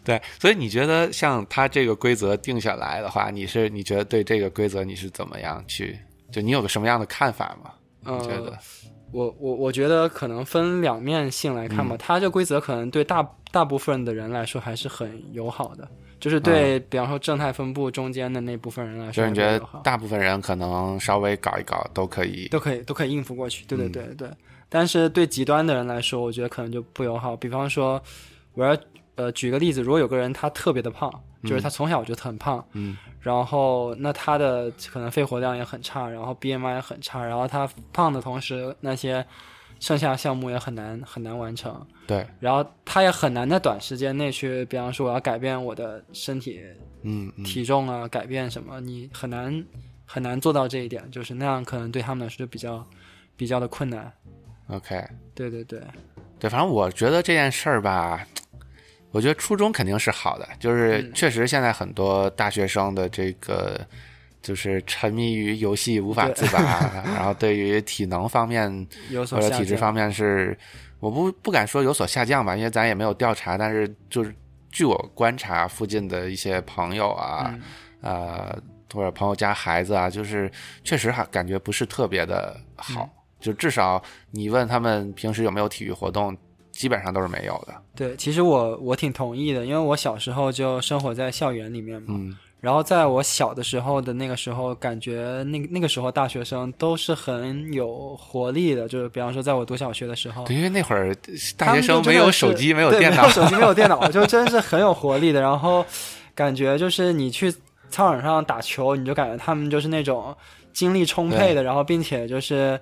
Speaker 1: 对，所以你觉得像它这个规则定下来的话，你是你觉得对这个规则你是怎么样去？就你有个什么样的看法吗？
Speaker 2: 呃
Speaker 1: 你觉得？
Speaker 2: 我我我觉得可能分两面性
Speaker 1: 嗯
Speaker 2: 来看吧，它这规则可能对大大部分的人来说还是很友好的，就是对，比方说正态分布中间的那部分人来
Speaker 1: 啊就
Speaker 2: 说
Speaker 1: 是
Speaker 2: 还
Speaker 1: 你
Speaker 2: 比
Speaker 1: 觉
Speaker 2: 较
Speaker 1: 得
Speaker 2: 友好，
Speaker 1: 大部分人可能稍微搞一搞都可以。
Speaker 2: 都可以都可以应付过去，对对对对。但是对极端的人来说，我觉得可能就不友好。比方说，我要呃举个例子，如果有个人他特别的胖，就是他从小就很胖，
Speaker 1: 嗯，
Speaker 2: 然后那他的可能肺活量也很差，然后 BMI 也很差，然后他胖的同时，那些剩下项目也很难很难完成。
Speaker 1: 对，
Speaker 2: 然后他也很难在短时间内去，比方说我要改变我的身体
Speaker 1: 嗯嗯，
Speaker 2: 体重啊，改变什么，你很难很难做到这一点，就是那样可能对他们来说就比较比较的困难。
Speaker 1: OK，
Speaker 2: 对对对，
Speaker 1: 对，反正我觉得这件事儿吧，我觉得初衷肯定是好的，就是
Speaker 2: 嗯
Speaker 1: 确实现在很多大学生的这个就是沉迷于游戏无法
Speaker 2: 对
Speaker 1: 自拔，然后对于体能方面
Speaker 2: 有所
Speaker 1: 或者
Speaker 2: 下
Speaker 1: 体质
Speaker 2: 降。
Speaker 1: 方面是，我不不敢说有所下降吧，因为咱也没有调查，但是就是据我观察，附近的一些朋友
Speaker 2: 嗯
Speaker 1: 啊，呃，或者朋友家孩子啊，就是确实还感觉不是特别的好，
Speaker 2: 嗯
Speaker 1: 就至少你问他们平时有没有体育活动，基本上都是没有的。
Speaker 2: 对，其实我我挺同意的，因为我小时候就生活在校园里面嘛，
Speaker 1: 嗯
Speaker 2: 然后在我小的时候的那个时候，感觉那那个时候大学生都是很有活力的，就是比方说在我读小学的时候，
Speaker 1: 对，因为那会儿大
Speaker 2: 哦他
Speaker 1: 学
Speaker 2: 们就
Speaker 1: 生
Speaker 2: 真
Speaker 1: 没
Speaker 2: 的
Speaker 1: 有
Speaker 2: 是
Speaker 1: 手机，没有
Speaker 2: 对
Speaker 1: 电
Speaker 2: 没
Speaker 1: 脑
Speaker 2: 有，手机，没有电脑，就真是很有活力的。然后感觉就是你去操场上打球，你就感觉他们就是那种精力充沛的，然后并且就是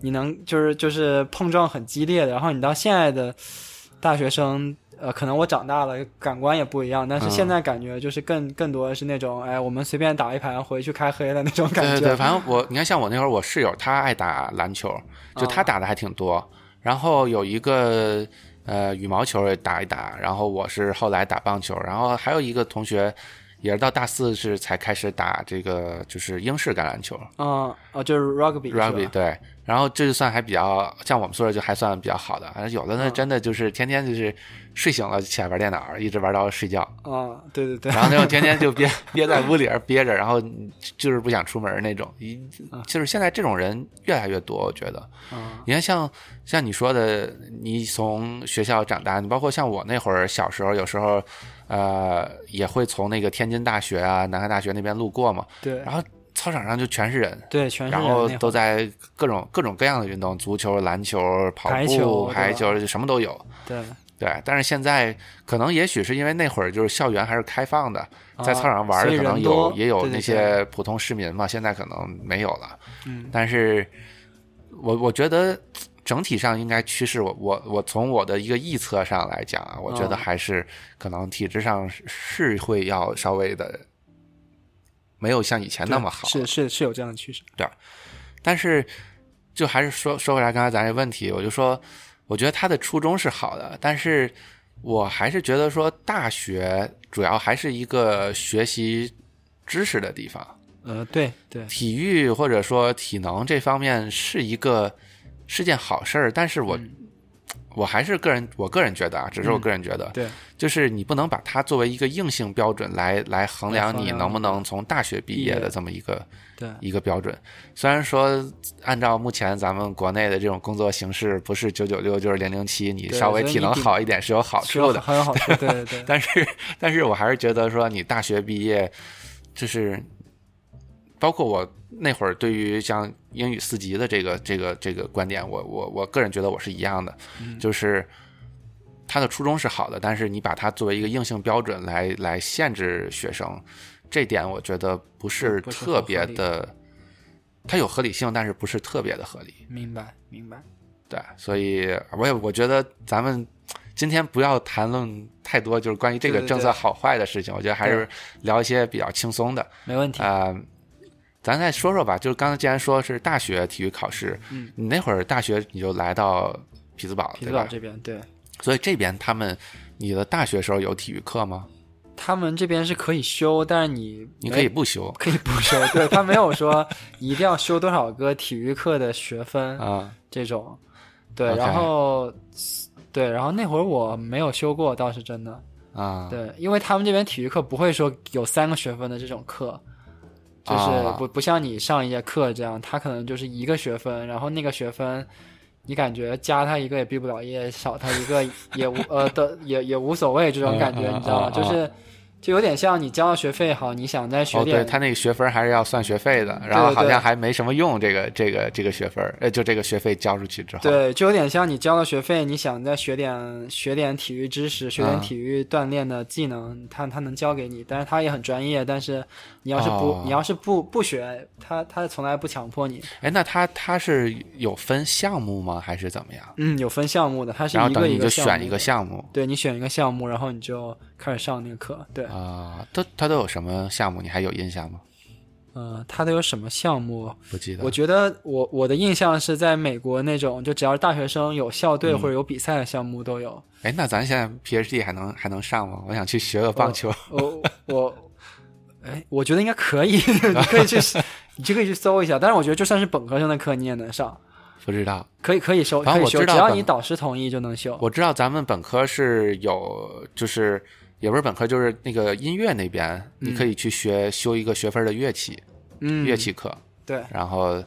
Speaker 2: 你能就是就是碰撞很激烈的。然后你到现在的大学生。呃，可能我长大了，感官也不一样，但是
Speaker 1: 嗯
Speaker 2: 现在感觉就是更更多的是那种，哎，我们随便打一盘回去开黑的那种感
Speaker 1: 对
Speaker 2: 觉。
Speaker 1: 对对，反正我你看，像我那会儿，我室友他爱打篮球，就他
Speaker 2: 啊
Speaker 1: 打的还挺多。然后有一个呃羽毛球也打一打，然后我是后来打棒球，然后还有一个同学也是到大四是才开始打这个就是英式橄榄球
Speaker 2: 嗯，哦，就是 rugby，是吧
Speaker 1: rugby 对。然后这就算还比较，像我们宿舍就还算比较好的，而有的呢
Speaker 2: 嗯
Speaker 1: 真的就是天天就是睡醒了就起来玩电脑，一直玩到睡觉。
Speaker 2: 啊、对对对，
Speaker 1: 然后那种天天就憋憋在屋里边憋着，然后就是不想出门那种，一
Speaker 2: 嗯
Speaker 1: 就是现在这种人越来越多，我觉得。
Speaker 2: 啊
Speaker 1: 你看像像你说的，你从学校长大，你包括像我那会儿小时候，有时候呃也会从那个天津大学啊、南开大学那边路过嘛，
Speaker 2: 对
Speaker 1: 然后操场上就全是人。
Speaker 2: 对，全是
Speaker 1: 然
Speaker 2: 人
Speaker 1: 后
Speaker 2: 那会儿
Speaker 1: 都在各种各种各样的运动，足球、篮球、跑
Speaker 2: 排
Speaker 1: 步、
Speaker 2: 球
Speaker 1: 排球，就什么都有。
Speaker 2: 对。
Speaker 1: 对，但是现在可能也许是因为那会儿就是校园还是开放的，
Speaker 2: 啊
Speaker 1: 在操场上玩
Speaker 2: 所
Speaker 1: 的
Speaker 2: 以
Speaker 1: 可能
Speaker 2: 人
Speaker 1: 有
Speaker 2: 多
Speaker 1: 也有
Speaker 2: 对对
Speaker 1: 那些普通市民嘛，现在可能没有了。
Speaker 2: 嗯，
Speaker 1: 但是我我觉得整体上应该趋势，我我我从我的一个臆测上来讲啊，我觉得
Speaker 2: 哦
Speaker 1: 还是可能体制上是是会要稍微的没有像以前那么好，
Speaker 2: 是是是有这样的趋势。
Speaker 1: 但是就还是说说回来刚才咱这问题，我就说，我觉得他的初衷是好的，但是我还是觉得说大学主要还是一个学习知识的地方，
Speaker 2: 呃，对对，
Speaker 1: 体育或者说体能这方面是一个是件好事儿，但是
Speaker 2: 嗯
Speaker 1: 我、我还是个人，我个人觉得啊，只是我个人觉得，
Speaker 2: 对
Speaker 1: 就是你不能把它作为一个硬性标准来来衡
Speaker 2: 来
Speaker 1: 量
Speaker 2: 衡
Speaker 1: 你
Speaker 2: 量
Speaker 1: 能不能从大学毕业
Speaker 2: 毕
Speaker 1: 的
Speaker 2: 业
Speaker 1: 这么一个
Speaker 2: 对，
Speaker 1: 一个标准。虽然说按照目前咱们国内的这种工作形式，不是九九六就是零零七，你
Speaker 2: 对
Speaker 1: 稍微
Speaker 2: 所以
Speaker 1: 体能
Speaker 2: 你
Speaker 1: 好一点是有好
Speaker 2: 是
Speaker 1: 处
Speaker 2: 有
Speaker 1: 的，
Speaker 2: 很有好处。对对
Speaker 1: [laughs]
Speaker 2: 对，
Speaker 1: 但是但是我还是觉得说你大学毕业就是。包括我那会儿对于像英语四级的这个这个这个观点，我我我个人觉得我是一样的，
Speaker 2: 嗯
Speaker 1: 就是他的初衷是好的，但是你把它作为一个硬性标准来来限制学生，这点我觉得不是
Speaker 2: 不是很
Speaker 1: 特别
Speaker 2: 合理
Speaker 1: 的，它有合理性，但是不是特别的合理。
Speaker 2: 明白明白。
Speaker 1: 对，所以我也我觉得咱们今天不要谈论太多，就是关于这个
Speaker 2: 对对对
Speaker 1: 政策好坏的事情。我觉得还是聊一些比较轻松的
Speaker 2: 没问题，
Speaker 1: 啊、呃咱再说说吧，就是刚才既然说是大学体育考试，
Speaker 2: 嗯
Speaker 1: 你那会儿大学你就来到匹兹堡了，
Speaker 2: 匹
Speaker 1: 对
Speaker 2: 兹堡
Speaker 1: 吧？
Speaker 2: 这边对
Speaker 1: 所以这边他们你的大学时候有体育课吗？
Speaker 2: 他们这边是可以修，但是你
Speaker 1: 你
Speaker 2: 没
Speaker 1: 可以不修
Speaker 2: 可以不修，对他没有说一定要修多少个体育课的学分
Speaker 1: 啊、
Speaker 2: 这种。对
Speaker 1: OK
Speaker 2: 然后对，然后那会儿我没有修过，倒是真的。
Speaker 1: 啊，
Speaker 2: 对，因为他们这边体育课不会说有三个学分的这种课，就是
Speaker 1: 啊
Speaker 2: 不不像你上一节课这样，他可能就是一个学分，然后那个学分，你感觉加他一个也毕不了业，少他一个
Speaker 1: [laughs]
Speaker 2: 也无呃的也也无所谓这种感觉，
Speaker 1: 嗯嗯
Speaker 2: 你知道吗？
Speaker 1: 嗯嗯
Speaker 2: 就是就有点像你交了学费好，你想再学
Speaker 1: 哦，
Speaker 2: 点、
Speaker 1: 对他那个学分还是要算学费的，然后
Speaker 2: 对
Speaker 1: 好
Speaker 2: 对
Speaker 1: 像还没什么用，这个这个这个学分，呃，就这个学费交出去之后，
Speaker 2: 对，就有点像你交了学费，你想再学点学点体育知识，学点
Speaker 1: 嗯
Speaker 2: 体育锻炼的技能，他他能教给你，但是他也很专业。但是你要是不、
Speaker 1: 哦
Speaker 2: 你要是不不学，他他从来不强迫你。
Speaker 1: 哎，那他他是有分项目吗？还是怎么样？
Speaker 2: 嗯，有分项目的，他是
Speaker 1: 然后
Speaker 2: 一
Speaker 1: 等
Speaker 2: 个
Speaker 1: 于
Speaker 2: 一
Speaker 1: 你就
Speaker 2: 个项目
Speaker 1: 选一个
Speaker 2: 的
Speaker 1: 项目
Speaker 2: 对你选一个项目，然后你就开始上那个课。对，
Speaker 1: 啊，都他都有什么项目？你还有印象吗？
Speaker 2: 嗯、呃，他都有什么项目？
Speaker 1: 不记得
Speaker 2: 我。觉得我我的印象是在美国那种，就只要是大学生有校
Speaker 1: 嗯
Speaker 2: 队或者有比赛的项目都有。
Speaker 1: 哎，那咱现在 PhD 还能还能上吗？我想去
Speaker 2: 呃
Speaker 1: 学个棒球。
Speaker 2: 我我，
Speaker 1: [laughs]
Speaker 2: 哎，我觉得应该可以， [laughs] 你可以去，你就可以去搜一下。但是我觉得就算是本科生的课，你也能上，
Speaker 1: 不知道，
Speaker 2: 可以可以修，
Speaker 1: 啊
Speaker 2: 可以
Speaker 1: 我
Speaker 2: 修，
Speaker 1: 知
Speaker 2: 只
Speaker 1: 道
Speaker 2: 要
Speaker 1: 本
Speaker 2: 你导师同意就能修。
Speaker 1: 我知道咱们本科是有，就是也不是本科，就是那个音乐那边，你可以去学修一个学分的乐器，
Speaker 2: 嗯，
Speaker 1: 乐器课。
Speaker 2: 对，
Speaker 1: 然后，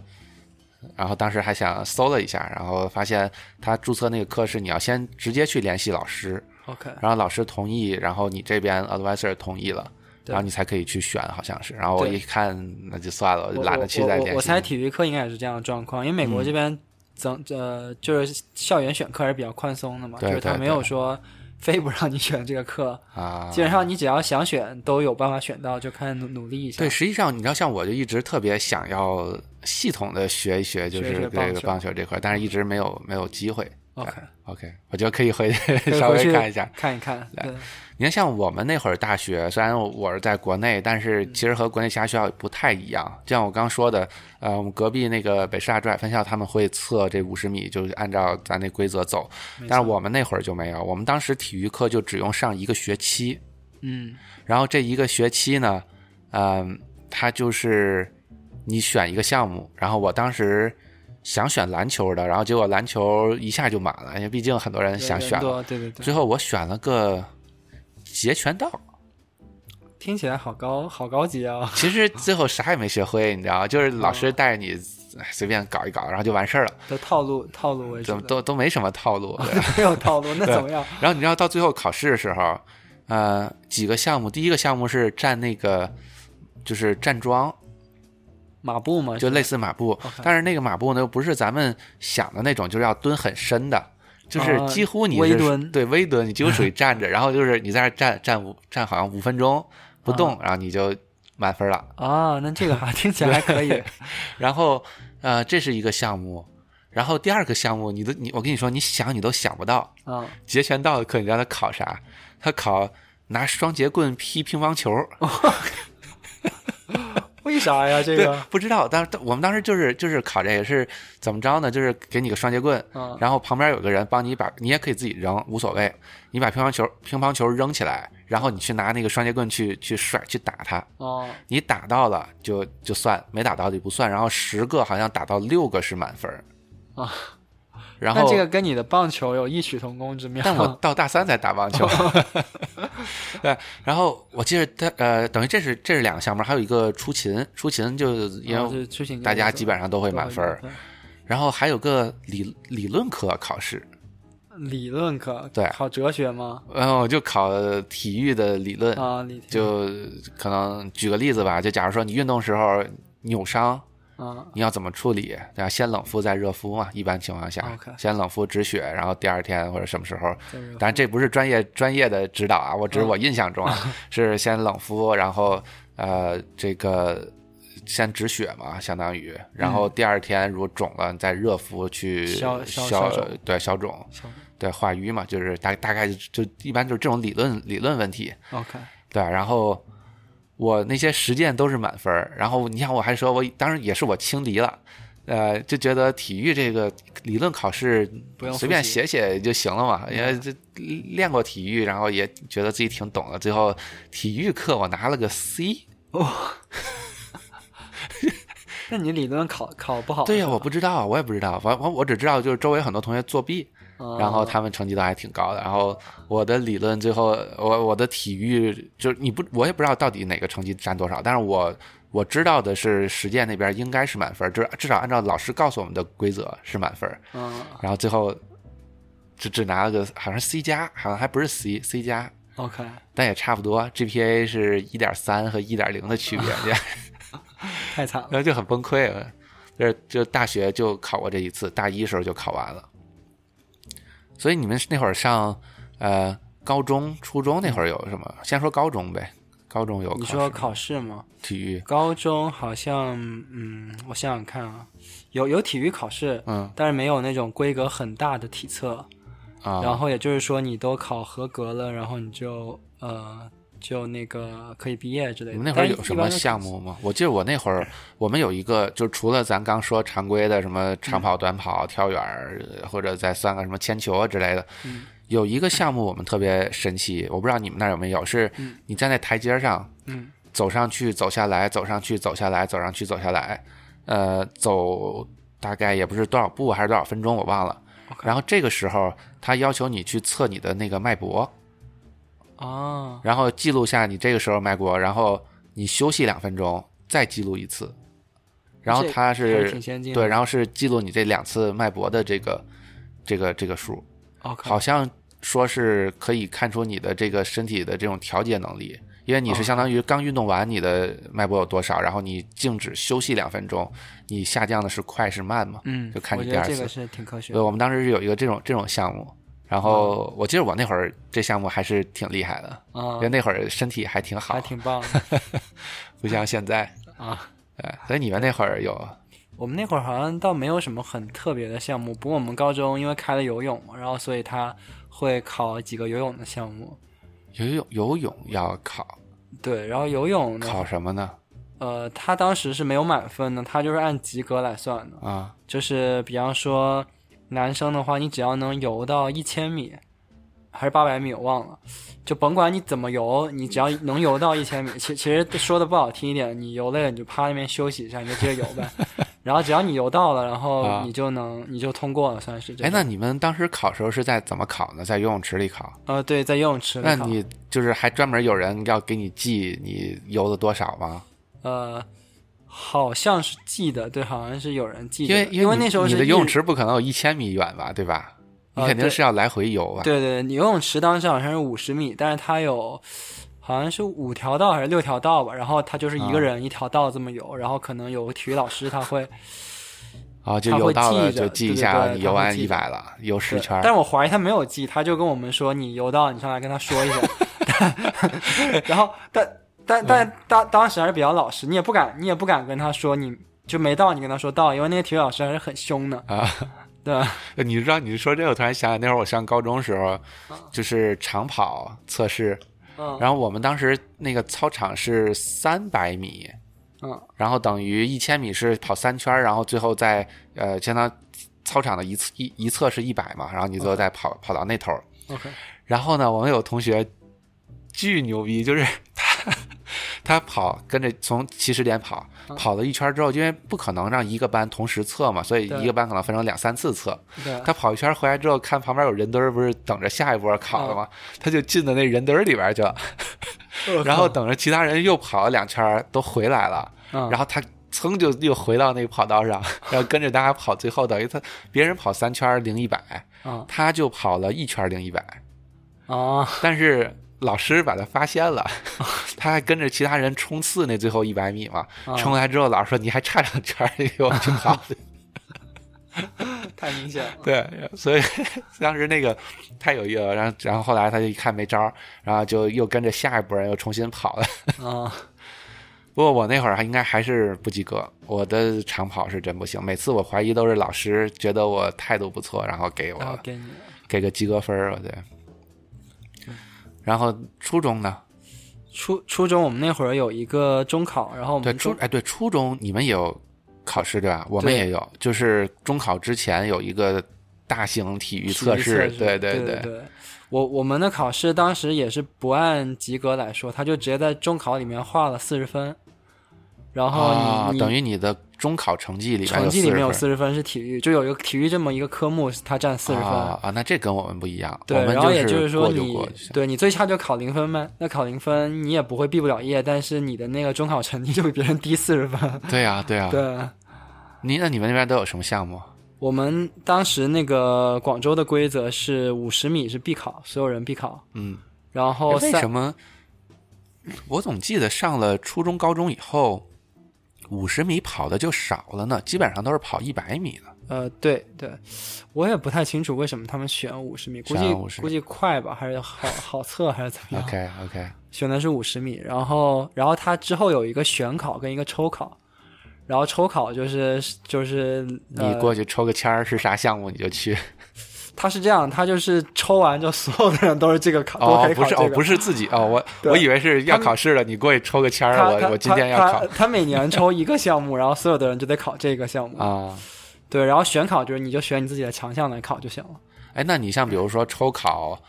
Speaker 1: 然后当时还想搜了一下，然后发现他注册那个课是你要先直接去联系老师，
Speaker 2: ，OK，
Speaker 1: 然后老师同意，然后你这边 advisor 同意了，
Speaker 2: 对
Speaker 1: 然后你才可以去选，好像是。然后我
Speaker 2: 对
Speaker 1: 一看，那就算了，我就
Speaker 2: 我
Speaker 1: 懒得去再
Speaker 2: 我
Speaker 1: 联
Speaker 2: 我
Speaker 1: 系。
Speaker 2: 我猜体育课应该也是这样的状况，因
Speaker 1: 嗯
Speaker 2: 为美国这边整、呃就是校园选课还是比较宽松的嘛，
Speaker 1: 对
Speaker 2: 就是他
Speaker 1: 对
Speaker 2: 没有说非不让你选这个课，
Speaker 1: 啊，
Speaker 2: 基本上你只要想选都有办法选到，就看努努力一下。
Speaker 1: 对，实际上你知道，像我就一直特别想要系统的学一学，就
Speaker 2: 学一
Speaker 1: 是
Speaker 2: 学
Speaker 1: 这
Speaker 2: 棒
Speaker 1: 个
Speaker 2: 球
Speaker 1: 棒球这块，但是一直没有没有机会。 [laughs]
Speaker 2: ，OK，
Speaker 1: OK，我觉得可以回
Speaker 2: 可
Speaker 1: 去 [laughs]
Speaker 2: 以
Speaker 1: 稍
Speaker 2: 回
Speaker 1: 微
Speaker 2: 去
Speaker 1: 看一下。
Speaker 2: 看一看，对，
Speaker 1: 你看，像我们那会儿大学，虽然我是在国内，但是
Speaker 2: 嗯
Speaker 1: 其实和国内其他学校不太一样。就像我刚说的，呃，我们隔壁那个北师大珠海分校，他们会测这五十米，就是按照咱那规则走。
Speaker 2: 没
Speaker 1: 但是
Speaker 2: 错
Speaker 1: 我们那会儿就没有，我们当时体育课就只用上一个学期。
Speaker 2: 嗯
Speaker 1: 然后这一个学期呢，嗯，它就是你选一个项目，然后我当时想选篮球的，然后结果篮球一下就满了，因为毕竟很多人
Speaker 2: 人
Speaker 1: 想
Speaker 2: 人
Speaker 1: 选了。
Speaker 2: 多对对对。
Speaker 1: 最后我选了个截拳道，
Speaker 2: 听起来好高，好高级啊！ [laughs]
Speaker 1: 其实最后啥也没学会，你知道吗？就是老师带着你哎随便搞一搞，然后就完事儿了，
Speaker 2: 的套路套路为主
Speaker 1: 怎么
Speaker 2: 的，
Speaker 1: 都都没什么套路。
Speaker 2: [laughs]
Speaker 1: 对
Speaker 2: 没有套
Speaker 1: [laughs]
Speaker 2: 路，那怎么样？
Speaker 1: 然后你知道到最后考试的时候，呃，几个项目，第一个项目是站那个就是站桩，
Speaker 2: 马步嘛，
Speaker 1: 就类似马步，
Speaker 2: 哦
Speaker 1: 但是那个马步呢，又不是咱们想的那种，就是要蹲很深的，就是
Speaker 2: 啊
Speaker 1: 几乎你是、
Speaker 2: 微蹲
Speaker 1: 对微蹲，你几乎属于站
Speaker 2: [laughs]
Speaker 1: 着，然后就是你在那儿站站五站好像五分钟不动，然后你就满分了。
Speaker 2: 啊，那这
Speaker 1: [laughs]
Speaker 2: 个还听起来还可以，
Speaker 1: 然后呃，这是一个项目，然后第二个项目，你都你我跟你说，你想你都想不到，
Speaker 2: 啊，
Speaker 1: 截拳道的课你知道他考啥？他考拿双节棍劈乒乓球。
Speaker 2: 为啥呀？这
Speaker 1: 对
Speaker 2: 个，
Speaker 1: 不知道，当我们当时就是就是考这个是怎么着呢？就是给你个双节棍，
Speaker 2: 啊
Speaker 1: 然后旁边有个人帮你把，你也可以自己扔，无所谓。你把乒乓球乒乓球扔起来，然后你去拿那个双节棍去去甩去打它。
Speaker 2: 哦，
Speaker 1: 你打到了就就算，没打到就不算。然后十个好像打到六个是满分儿
Speaker 2: 啊。
Speaker 1: 然
Speaker 2: 那
Speaker 1: 后，
Speaker 2: 这个跟你的棒球有异曲同工之妙。啊
Speaker 1: 但
Speaker 2: [laughs]
Speaker 1: 我到大三才打棒球。
Speaker 2: 哦
Speaker 1: 对，然后我记得他呃，等于这是这是两个项目，还有一个出勤，出勤就因
Speaker 2: 然后
Speaker 1: 为
Speaker 2: 啊就出行，
Speaker 1: 大家基本上都会
Speaker 2: 都
Speaker 1: 满分儿。
Speaker 2: 分。
Speaker 1: 然后还有个理理论课考试，
Speaker 2: 理论课，
Speaker 1: 对
Speaker 2: 考哲学吗？
Speaker 1: 然呃后我就考体育的理论，
Speaker 2: 啊，理
Speaker 1: 就可能举个例子吧，就假如说你运动时候扭伤，
Speaker 2: 啊，
Speaker 1: 你要怎么处理？对吧？先冷敷再热敷嘛，一般情况下
Speaker 2: OK
Speaker 1: 先冷敷止血，然后第二天或者什么时候，
Speaker 2: 这个
Speaker 1: 当然这不是专业专业的指导啊，我
Speaker 2: 嗯
Speaker 1: 只是我印象中
Speaker 2: [laughs]
Speaker 1: 啊，是先冷敷，然后呃这个。先止血嘛，相当于，然后第二天如果肿了，你再热敷去
Speaker 2: 消消消肿
Speaker 1: 对消肿，
Speaker 2: 行
Speaker 1: 对化瘀嘛，就是大大概就就一般就是这种理论理论问题，
Speaker 2: OK，
Speaker 1: 对，然后我那些实践都是满分儿然后你看我还说我当时也是我轻敌了，呃，就觉得体育这个理论考试
Speaker 2: 不用复习嗯
Speaker 1: 随便写写就行了嘛，因为这练过体育，然后也觉得自己挺懂的，最后体育课我拿了个 C。
Speaker 2: 哦那你理论考考不好？
Speaker 1: 对呀、
Speaker 2: 是吧
Speaker 1: 我不知道，我也不知道，我我我只知道就是周围很多同学作弊，
Speaker 2: 啊
Speaker 1: 然
Speaker 2: 哦
Speaker 1: 后他们成绩都还挺高的。然后我的理论最后，我我的体育就是你不，我也不知道到底哪个成绩占多少，但是我我知道的是实践那边应该是满分，至至少按照老师告诉我们的规则是满分。
Speaker 2: 嗯
Speaker 1: 然后最后只只拿了个好像是 C 加，好像还不是 C，C 加，
Speaker 2: ，OK，
Speaker 1: 但也差不多，GPA 是一点三和一点零的区别，这样
Speaker 2: 太惨了。
Speaker 1: 然后就很崩溃了。就是就大学就考过这一次，大一时候就考完了。所以你们那会儿上呃高中、初中那会儿有什么？先说高中呗，高中有
Speaker 2: 你
Speaker 1: 考
Speaker 2: 说
Speaker 1: 试
Speaker 2: 考试吗？
Speaker 1: 体育，
Speaker 2: 高中好像，嗯，我想想看啊，有有体育考试，
Speaker 1: 嗯
Speaker 2: 但是没有那种规格很大的体测。
Speaker 1: 啊，
Speaker 2: 然后也就是说，你都考合格了，然后你就呃就那个可以毕业之类
Speaker 1: 你
Speaker 2: 的。
Speaker 1: 们那会儿
Speaker 2: 但
Speaker 1: 有什
Speaker 2: 哎一般
Speaker 1: 么
Speaker 2: 都是
Speaker 1: 项？目吗？我记得我那会儿，我们有一个，就是除了咱刚说常规的什么长跑、短跑、跳远儿，呃或者再算个什么铅球啊之类的，
Speaker 2: 嗯
Speaker 1: 有一个项目我们特别神奇，我不知道你们那儿有没有，是你站在台阶上，
Speaker 2: 嗯，
Speaker 1: 走上去，走下来，走上去，走下来，走上去，走下来，呃，走大概也不是多少步还是多少分钟，我忘了。然后这个时候，他要求你去测你的那个脉搏，
Speaker 2: 啊，
Speaker 1: 然后记录下你这个时候卖国，然后你休息两分钟，再记录一次。然后
Speaker 2: 这
Speaker 1: 它
Speaker 2: 还
Speaker 1: 是
Speaker 2: 挺先进的
Speaker 1: 对，然后是记录你这两次脉搏的这个这个这个数，
Speaker 2: ，OK，
Speaker 1: 好像说是可以看出你的这个身体的这种调节能力，因为你
Speaker 2: 哦
Speaker 1: 是相当于刚运动完你的脉搏有多少，然后你静止休息两分钟，你下降的是快是慢嘛？
Speaker 2: 嗯，
Speaker 1: 就看
Speaker 2: 我
Speaker 1: 你
Speaker 2: 觉
Speaker 1: 第
Speaker 2: 得
Speaker 1: 二
Speaker 2: 这个
Speaker 1: 次。
Speaker 2: 是哦挺科学
Speaker 1: 对，
Speaker 2: 的。
Speaker 1: 我们当时是有一个这种这种项目，然后我记得我那会儿这项目还是挺厉害的，
Speaker 2: 啊
Speaker 1: 因为，那会儿身体还挺好，
Speaker 2: 还挺棒的 [laughs]
Speaker 1: 不像现在。
Speaker 2: 啊。
Speaker 1: 哎，所以你们那会儿有
Speaker 2: 我们那会儿好像倒没有什么很特别的项目，不过我们高中因为开了游泳嘛，然后所以他会考几个游泳的项目。
Speaker 1: 游泳，游泳要考
Speaker 2: 对，然后游泳呢，
Speaker 1: 考什么呢？
Speaker 2: 呃，他当时是没有满分的，他就是按及格来算的。
Speaker 1: 啊，
Speaker 2: 就是比方说男生的话，你只要能游到一千米，还是八百米，我忘了，就甭管你怎么游，你只要能游到一千米，其其实说的不好听一点，你游累了你就趴那边休息一下，你就接着游
Speaker 1: [laughs]
Speaker 2: 呗。然后只要你游到了，然后
Speaker 1: 啊
Speaker 2: 你就能、你就通过了，算是这
Speaker 1: 哎，
Speaker 2: 种。
Speaker 1: 那你们当时考时候是在怎么考呢？在游泳池里考？
Speaker 2: 呃对，在游泳池里
Speaker 1: 那
Speaker 2: 考
Speaker 1: 你就是还专门有人要给你记你游了多少吗？
Speaker 2: 呃。好像是记得，对，好像是有人记
Speaker 1: 因
Speaker 2: 得的，
Speaker 1: 为
Speaker 2: 因
Speaker 1: 为
Speaker 2: 那
Speaker 1: 你
Speaker 2: 时候
Speaker 1: 你
Speaker 2: 是
Speaker 1: 的
Speaker 2: 一
Speaker 1: 游泳池不可能有一千米远吧，对吧？你
Speaker 2: 啊
Speaker 1: 肯定
Speaker 2: 对
Speaker 1: 是要来回游吧？啊
Speaker 2: 对对，你游泳池当时好像是五十米，但是它有好像是五条道还是六条道吧，然后它就是一个人一条道这么游，然后可能有个体育老师
Speaker 1: [laughs]
Speaker 2: 他会，
Speaker 1: 啊，就
Speaker 2: 他
Speaker 1: 游
Speaker 2: 会
Speaker 1: 到
Speaker 2: 记
Speaker 1: 了
Speaker 2: 着
Speaker 1: 就记
Speaker 2: 对
Speaker 1: 一
Speaker 2: 对
Speaker 1: 下，
Speaker 2: 对
Speaker 1: 你
Speaker 2: 他
Speaker 1: 游
Speaker 2: 会
Speaker 1: 完
Speaker 2: 记
Speaker 1: 一百了，游十
Speaker 2: 对
Speaker 1: 圈儿。
Speaker 2: 但我怀疑他没有记，他就跟我们说你游到你上来跟他说一下， [laughs] 然后但但
Speaker 1: 嗯
Speaker 2: 但当当时还是比较老实，你也不敢你也不敢跟他说你就没到，你跟他说到，因为那个体育老师还是很凶的
Speaker 1: 啊，
Speaker 2: 对吧？
Speaker 1: 呃你知道，你说这个，我突然想起那会儿我上高中时候，就是长跑测试，
Speaker 2: 嗯
Speaker 1: 然后我们当时那个操场是三百米，
Speaker 2: 嗯
Speaker 1: 然后等于一千米是跑三圈儿，然后最后在呃，相当操场的一侧一一侧是一百嘛，然后你
Speaker 2: 嗯
Speaker 1: 最后再跑跑到那头儿。
Speaker 2: ，OK，
Speaker 1: 然后呢，我们有同学巨牛逼，就是他他跑跟着从起始点跑，
Speaker 2: 嗯
Speaker 1: 跑了一圈儿之后，因为不可能让一个班同时测嘛，所以
Speaker 2: 对
Speaker 1: 一个班可能分成两三次测。
Speaker 2: 对，
Speaker 1: 他跑一圈回来之后，看旁边有人堆儿，不是等着下一波考了吗？他就进到那人堆儿里边儿去了，然后等着其他人又跑了两圈儿，都回来了，
Speaker 2: 嗯
Speaker 1: 然后他噌就又回到那个跑道上，然后跟着大家跑，最后等于他别人跑三圈儿零一百，
Speaker 2: 嗯
Speaker 1: 他就跑了一圈儿零一百，
Speaker 2: 啊
Speaker 1: 但是老师把他发现了，他还跟着其他人冲刺那最后一百米嘛，
Speaker 2: 啊
Speaker 1: 冲过来之后，老师说你还差两圈儿，你给我去跑。
Speaker 2: 太明显了，
Speaker 1: [laughs] 对，所以当时那个太有意思了，然后然后后来他就一看没招儿，然后就又跟着下一波人又重新跑了。 [laughs]
Speaker 2: 嗯
Speaker 1: 不过我那会儿还应该还是不及格，我的长跑是真不行。每次我怀疑都是老师觉得我态度不错，然后给我、
Speaker 2: 然后给你。
Speaker 1: 给个及格分儿，对。嗯然后初中呢？
Speaker 2: 初初中我们那会儿有一个中考，然后我
Speaker 1: 对
Speaker 2: 们
Speaker 1: 初
Speaker 2: 中
Speaker 1: 哎对初中你们也有考试对吧？我们
Speaker 2: 对
Speaker 1: 也有，就是中考之前有一个大型体育
Speaker 2: 体育
Speaker 1: 测试，对
Speaker 2: 对
Speaker 1: 对。
Speaker 2: 对。我我们的考试当时也是不按及格来说，他就直接在中考里面划了四十分，然后你、
Speaker 1: 啊，
Speaker 2: 哦你
Speaker 1: 等于你的中考成绩里面
Speaker 2: 成绩里面有
Speaker 1: 有
Speaker 2: 四十分是体育，就有一个体育这么一个科目，它占四
Speaker 1: 分
Speaker 2: 十分。
Speaker 1: 啊啊，那这跟我们不一样，
Speaker 2: 对，
Speaker 1: 我们
Speaker 2: 然后也
Speaker 1: 就是
Speaker 2: 说
Speaker 1: 过就
Speaker 2: 你
Speaker 1: 过就行
Speaker 2: 对你最差就考零分呗，那考零分你也不会毕不了业，但是你的那个中考成绩就比别人低四十分。
Speaker 1: 对呀、对呀、啊
Speaker 2: 对，
Speaker 1: 你那你们那边都有什么项目？啊
Speaker 2: 我们当时那个广州的规则是五十米是必考，所有人必考。
Speaker 1: 嗯，
Speaker 2: 然后
Speaker 1: 为
Speaker 2: 哦三
Speaker 1: 什么？我总记得上了初中、高中以后，五十米跑的就少了呢，基本上都是跑一百米的。
Speaker 2: 呃，对对，我也不太清楚为什么他们选五十米，估
Speaker 1: 选50
Speaker 2: 计估计快吧，还是好好测还是怎么样？ [laughs]
Speaker 1: OK OK，
Speaker 2: 选的是五十米，然后然后它之后有一个选考跟一个抽考，然后抽考就是就是呃
Speaker 1: 你过去抽个签儿是啥项目你就去。
Speaker 2: 它是这样，它就是抽完就所有的人都是这个考， [laughs] 都可
Speaker 1: 哦
Speaker 2: 以，
Speaker 1: 不
Speaker 2: 考
Speaker 1: 是
Speaker 2: 这
Speaker 1: 哦，
Speaker 2: 个。
Speaker 1: 不
Speaker 2: 是
Speaker 1: 是自己哦，我
Speaker 2: 对
Speaker 1: 我以为是要考试了，你过去抽个签儿，
Speaker 2: 他
Speaker 1: 我
Speaker 2: 他
Speaker 1: 我今天要考
Speaker 2: 他他他每年抽一个项目，然后所有的人就得考这个项目。
Speaker 1: 啊。
Speaker 2: 对，然后选考就是你就选你自己的强项来考就行了。
Speaker 1: 哎，那你像比如说抽考，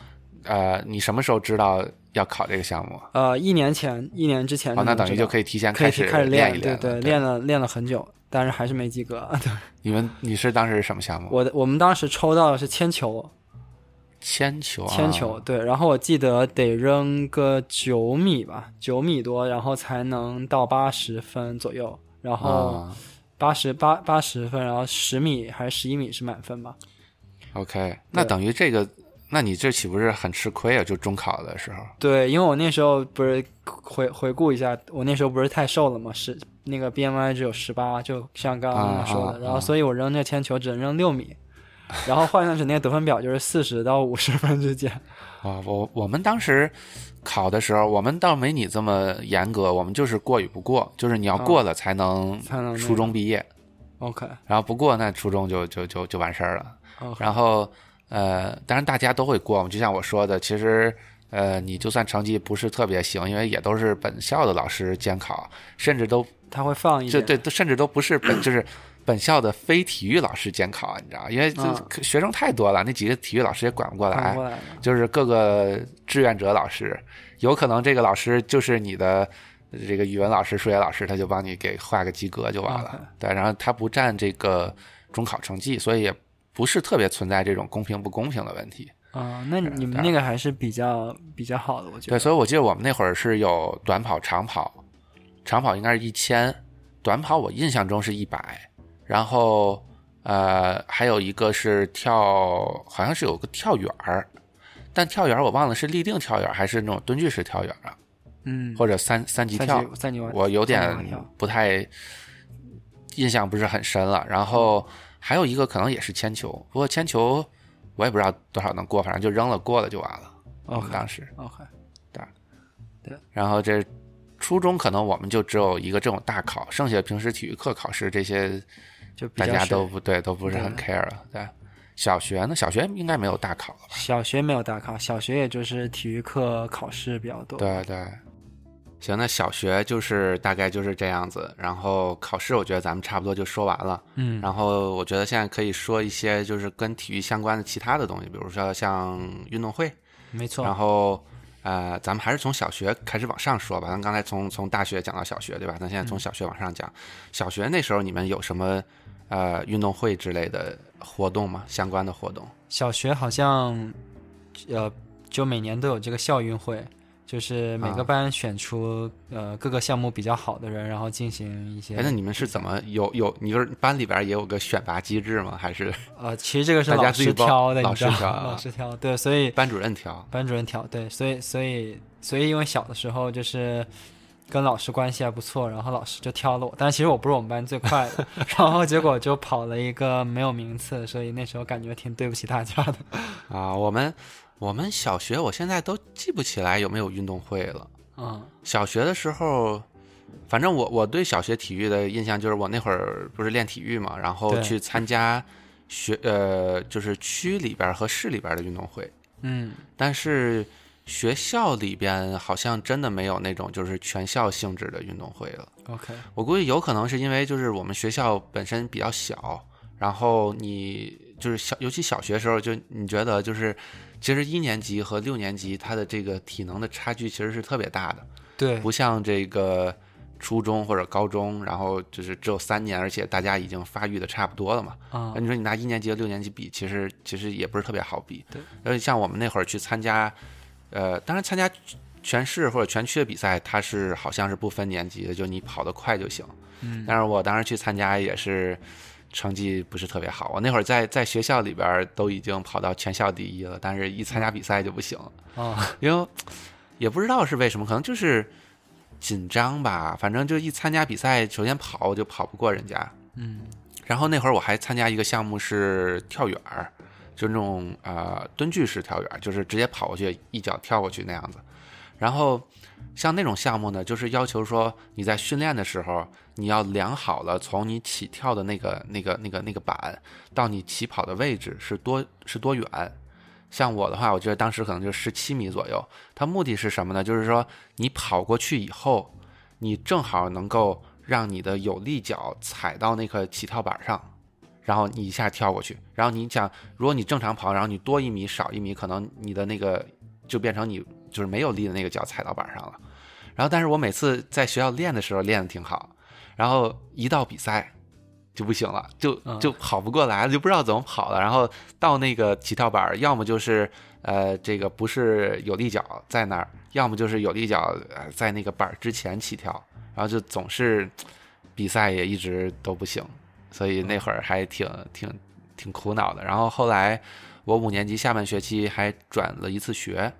Speaker 1: 呃，你什么时候知道要考这个项目？
Speaker 2: 呃，一年前，一年之前
Speaker 1: 哦，那等于就
Speaker 2: 以
Speaker 1: 可以提前
Speaker 2: 可以
Speaker 1: 始
Speaker 2: 开始
Speaker 1: 练一
Speaker 2: 对
Speaker 1: 了对，
Speaker 2: 练了练了很久，但是还是没及格。 [laughs] 对，
Speaker 1: 你们你是当时是什么项目？
Speaker 2: 我的我们当时抽到的是铅球，
Speaker 1: 铅球啊，
Speaker 2: 铅球对，然后我记得得扔个九米吧，九米多，然后才能到八十分左右，然后
Speaker 1: 啊
Speaker 2: 八十八八十分，然后十米还是十一米是满分吧？
Speaker 1: ，OK，那等于这个，那你这岂不是很吃亏啊？就中考的时候
Speaker 2: 对，因为我那时候不是回回顾一下，我那时候不是太瘦了嘛，十那个 BMI 只有十八，就像刚刚说的，
Speaker 1: 啊啊
Speaker 2: 然
Speaker 1: 啊
Speaker 2: 后所以我扔这铅球只能扔六米，然后换算成那个得分表就是四十到五十分之间。
Speaker 1: 啊，我我们当时考的时候，我们倒没你这么严格，我们就是过与不过，就是你要过了才能
Speaker 2: 哦才能那
Speaker 1: 初中毕业，
Speaker 2: OK，
Speaker 1: 然后不过那初中就就就就完事儿了。
Speaker 2: OK
Speaker 1: 然后呃，当然大家都会过嘛，就像我说的，其实呃，你就算成绩不是特别行，因为也都是本校的老师监考，甚至都
Speaker 2: 他会放一
Speaker 1: 这对，
Speaker 2: 点，
Speaker 1: 都甚至都不是本就是本校的非体育老师监考，你知道，因为这
Speaker 2: 嗯
Speaker 1: 可学生太多了，那几个体育老师也管不过
Speaker 2: 反
Speaker 1: 来，
Speaker 2: 过来了。
Speaker 1: 就是各个志愿者老师，有可能这个老师就是你的。这个语文老师、数学老师，他就帮你给画个及格就完了。
Speaker 2: OK
Speaker 1: 对，然后他不占这个中考成绩，所以也不是特别存在这种公平不公平的问题。
Speaker 2: 啊、那你们那个还是比较比较好的，我觉
Speaker 1: 对，
Speaker 2: 得。
Speaker 1: 所以我记得我们那会儿是有短跑、长跑，长跑应该是一千，短跑我印象中是一百，然后呃还有一个是跳，好像是有个跳远儿，但跳远儿我忘了是立定跳远儿还是那种蹲踞式跳远儿啊，
Speaker 2: 嗯，
Speaker 1: 或者三三级
Speaker 2: 三
Speaker 1: 跳，
Speaker 2: 级三级完，
Speaker 1: 我有点
Speaker 2: 三级往跳
Speaker 1: 不太印象不是很深了。然后还有一个可能也是铅球，不过铅球我也不知道多少能过，反正就扔了过了就完了。
Speaker 2: OK
Speaker 1: 当时。
Speaker 2: OK，
Speaker 1: 然后这初中可能我们就只有一个这种大考，剩下平时体育课考试这些
Speaker 2: 就比
Speaker 1: 大
Speaker 2: 较
Speaker 1: 家都
Speaker 2: 水
Speaker 1: 不对，都不是很 care 了。对，小学呢，小学应该没有大考了吧？
Speaker 2: 小学没有大考，小学也就是体育课考试比较多。
Speaker 1: 对对。行，那小学就是大概就是这样子，然后考试我觉得咱们差不多就说完了。
Speaker 2: 嗯，
Speaker 1: 然后我觉得现在可以说一些就是跟体育相关的其他的东西，比如说像运动会，
Speaker 2: 没错。
Speaker 1: 然后呃，咱们还是从小学开始往上说吧。咱刚才从从大学讲到小学，对吧？咱现在从小学往上讲，小学那时候你们有什么呃运动会之类的活动吗？相关的活动？
Speaker 2: 小学好像，呃，就每年都有这个校运会，就是每
Speaker 1: 啊
Speaker 2: 个班选出、呃各个项目比较好的人，然后进行一些
Speaker 1: 哎，那你们是怎么有有？你就是班里边也有个选拔机制吗？还是
Speaker 2: 呃，其实这个是
Speaker 1: 大家
Speaker 2: 老
Speaker 1: 自己
Speaker 2: 师
Speaker 1: 报
Speaker 2: 挑的，
Speaker 1: 老
Speaker 2: 你知道
Speaker 1: 师挑
Speaker 2: 吗？
Speaker 1: 啊
Speaker 2: [laughs] 老师挑，对，所以
Speaker 1: 班主任挑？
Speaker 2: 班主任挑，对，所以所以所以因为小的时候就是。跟老师关系还不错，然后老师就挑了我，但其实我不是我们班最快
Speaker 1: [laughs]
Speaker 2: 的，然后结果就跑了一个没有名次，所以那时候感觉挺对不起大家
Speaker 1: [laughs]
Speaker 2: 的。
Speaker 1: 啊，我们我们小学我现在都记不起来有没有运动会了。
Speaker 2: 嗯，
Speaker 1: 小学的时候，反正我我对小学体育的印象就是我那会儿不是练体育嘛，然后
Speaker 2: 对
Speaker 1: 去参加学呃就是区里边儿和市里边儿的运动会，
Speaker 2: 嗯，
Speaker 1: 但是学校里边好像真的没有那种就是全校性质的运动会了。
Speaker 2: OK，
Speaker 1: 我估计有可能是因为就是我们学校本身比较小，然后你就是小，尤其小学时候就你觉得就是，其实一年级和六年级他的这个体能的差距其实是特别大的，
Speaker 2: 对，
Speaker 1: 不像这个初中或者高中，然后就是只有三年，而且大家已经发育的差不多了嘛。
Speaker 2: 啊
Speaker 1: 那，你说你拿一年级和六年级比，其实其实也不是特别好比。
Speaker 2: 对，
Speaker 1: 而且像我们那会儿去参加，呃，当然参加全市或者全区的比赛，它是好像是不分年级的，就你跑得快就行。
Speaker 2: 嗯，
Speaker 1: 但是我当时去参加也是成绩不是特别好，我那会儿在在学校里边儿都已经跑到全校第一了，但是一参加比赛就不行了。
Speaker 2: 啊，
Speaker 1: [laughs] 因为也不知道是为什么，可能就是紧张吧。反正就一参加比赛，首先跑我就跑不过人家。
Speaker 2: 嗯，
Speaker 1: 然后那会儿我还参加一个项目是跳远儿，就那种呃蹲踞式跳远儿，就是直接跑过去一脚跳过去那样子。然后像那种项目呢，就是要求说你在训练的时候，你要量好了从你起跳的那个那个那个那个板到你起跑的位置是多是多远。像我的话，我觉得当时可能就十七米左右。它目的是什么呢？就是说你跑过去以后，你正好能够让你的有力脚踩到那个起跳板上，然后你一下跳过去。然后你想，如果你正常跑，然后你多一米少一米，可能你的那个就变成你就是没有力的那个脚踩到板上了。然后，但是我每次在学校练的时候练的挺好，然后一到比赛就不行了，就
Speaker 2: 嗯
Speaker 1: 就跑不过来了，就不知道怎么跑了。然后到那个起跳板儿，要么就是呃这个不是有力脚在那儿，要么就是有力脚呃在那个板儿之前起跳，然后就总是比赛也一直都不行，所以那会儿还挺挺挺苦恼的。然后后来我五年级下半学期还转了一次学，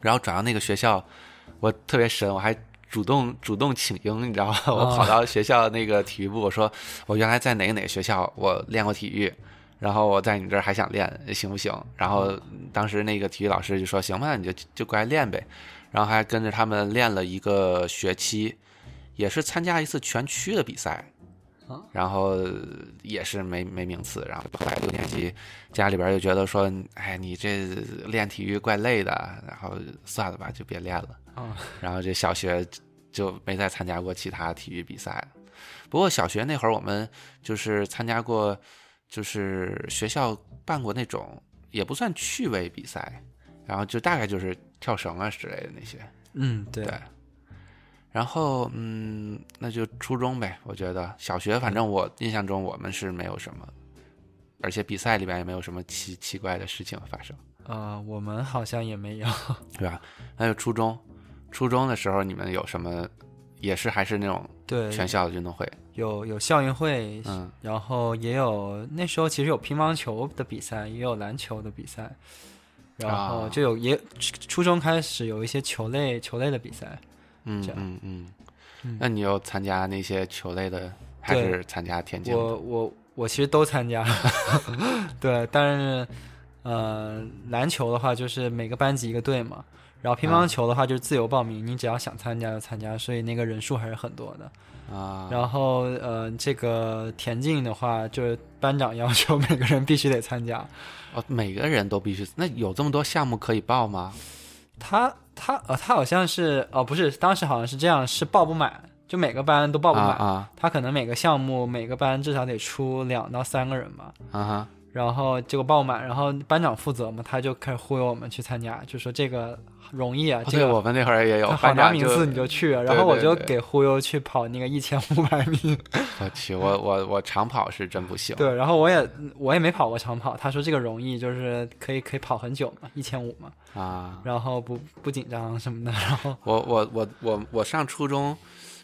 Speaker 1: 然后转到那个学校，我特别神，我还主动主动请缨，你知道吗？ [laughs] 我跑到学校那个体育部，我说我原来在哪个哪个学校我练过体育。然后我在你这儿还想练，行不行？然后当时那个体育老师就说：“行吧，你就就过来练呗。”然后还跟着他们练了一个学期，也是参加一次全区的比赛
Speaker 2: 啊，
Speaker 1: 然后呃也是没没名次，然后后来六年级家里边就觉得说，哎，你这练体育怪累的，然后算了吧，就别练了。
Speaker 2: 啊，
Speaker 1: 然后这小学就没再参加过其他体育比赛了。不过小学那会儿我们就是参加过，就是学校办过那种也不算趣味比赛，然后就大概就是跳绳啊之类的那些。
Speaker 2: 嗯，对，
Speaker 1: 对然后，嗯，那就初中呗。我觉得小学，反正我印象中我们是没有什么，而且比赛里边也没有什么奇奇怪的事情发生，
Speaker 2: 啊，我们好像也没有，
Speaker 1: 对吧？那就初中，初中的时候你们有什么，也是还是那种
Speaker 2: [laughs] 对，
Speaker 1: 全校的运动会，
Speaker 2: 有有校运会，
Speaker 1: 嗯
Speaker 2: 然后也有那时候其实有乒乓球的比赛，也有篮球的比赛，然后
Speaker 1: 啊
Speaker 2: 就有也初初中开始有一些球类球类的比赛，这
Speaker 1: 嗯
Speaker 2: 样
Speaker 1: 嗯嗯
Speaker 2: 嗯。
Speaker 1: 那你有参加那些球类的，还
Speaker 2: 对
Speaker 1: 是参加田径的？
Speaker 2: 我我我其实都参加， [laughs] 对，但是呃，篮球的话就是每个班级一个队嘛，然后乒
Speaker 1: 啊
Speaker 2: 乓球的话就是自由报名，你只要想参加就参加，所以那个人数还是很多的。
Speaker 1: 啊，
Speaker 2: 然后呃，这个田径的话，就是班长要求每个人必须得参加。
Speaker 1: 哦，每个人都必须。那有这么多项目可以报吗？
Speaker 2: 他他呃，他好像是哦，不是，当时好像是这样，是报不满，就每个班都报不
Speaker 1: 啊
Speaker 2: 满。
Speaker 1: 啊
Speaker 2: 他可能每个项目每个班至少得出两到三个人吧。
Speaker 1: 啊哈！
Speaker 2: 然后结果爆满，然后班长负责嘛，他就开始忽悠我们去参加，就说这个容易啊，
Speaker 1: 哦
Speaker 2: 这
Speaker 1: 对，我
Speaker 2: 个
Speaker 1: 们那会儿也有
Speaker 2: 他，好
Speaker 1: 班
Speaker 2: 拿
Speaker 1: 长
Speaker 2: 名
Speaker 1: 就
Speaker 2: 次你就去啊，
Speaker 1: 对
Speaker 2: 然后我
Speaker 1: 对
Speaker 2: 就
Speaker 1: 对
Speaker 2: 给忽悠去跑那个一千五百米，
Speaker 1: 我去，我我我长跑是真不行。
Speaker 2: 对，然后我也我也没跑过长跑，他说这个容易，就是可以可以跑很久嘛，一千五嘛，
Speaker 1: 啊，
Speaker 2: 然后不不紧张什么的，然后
Speaker 1: 我我我我我上初中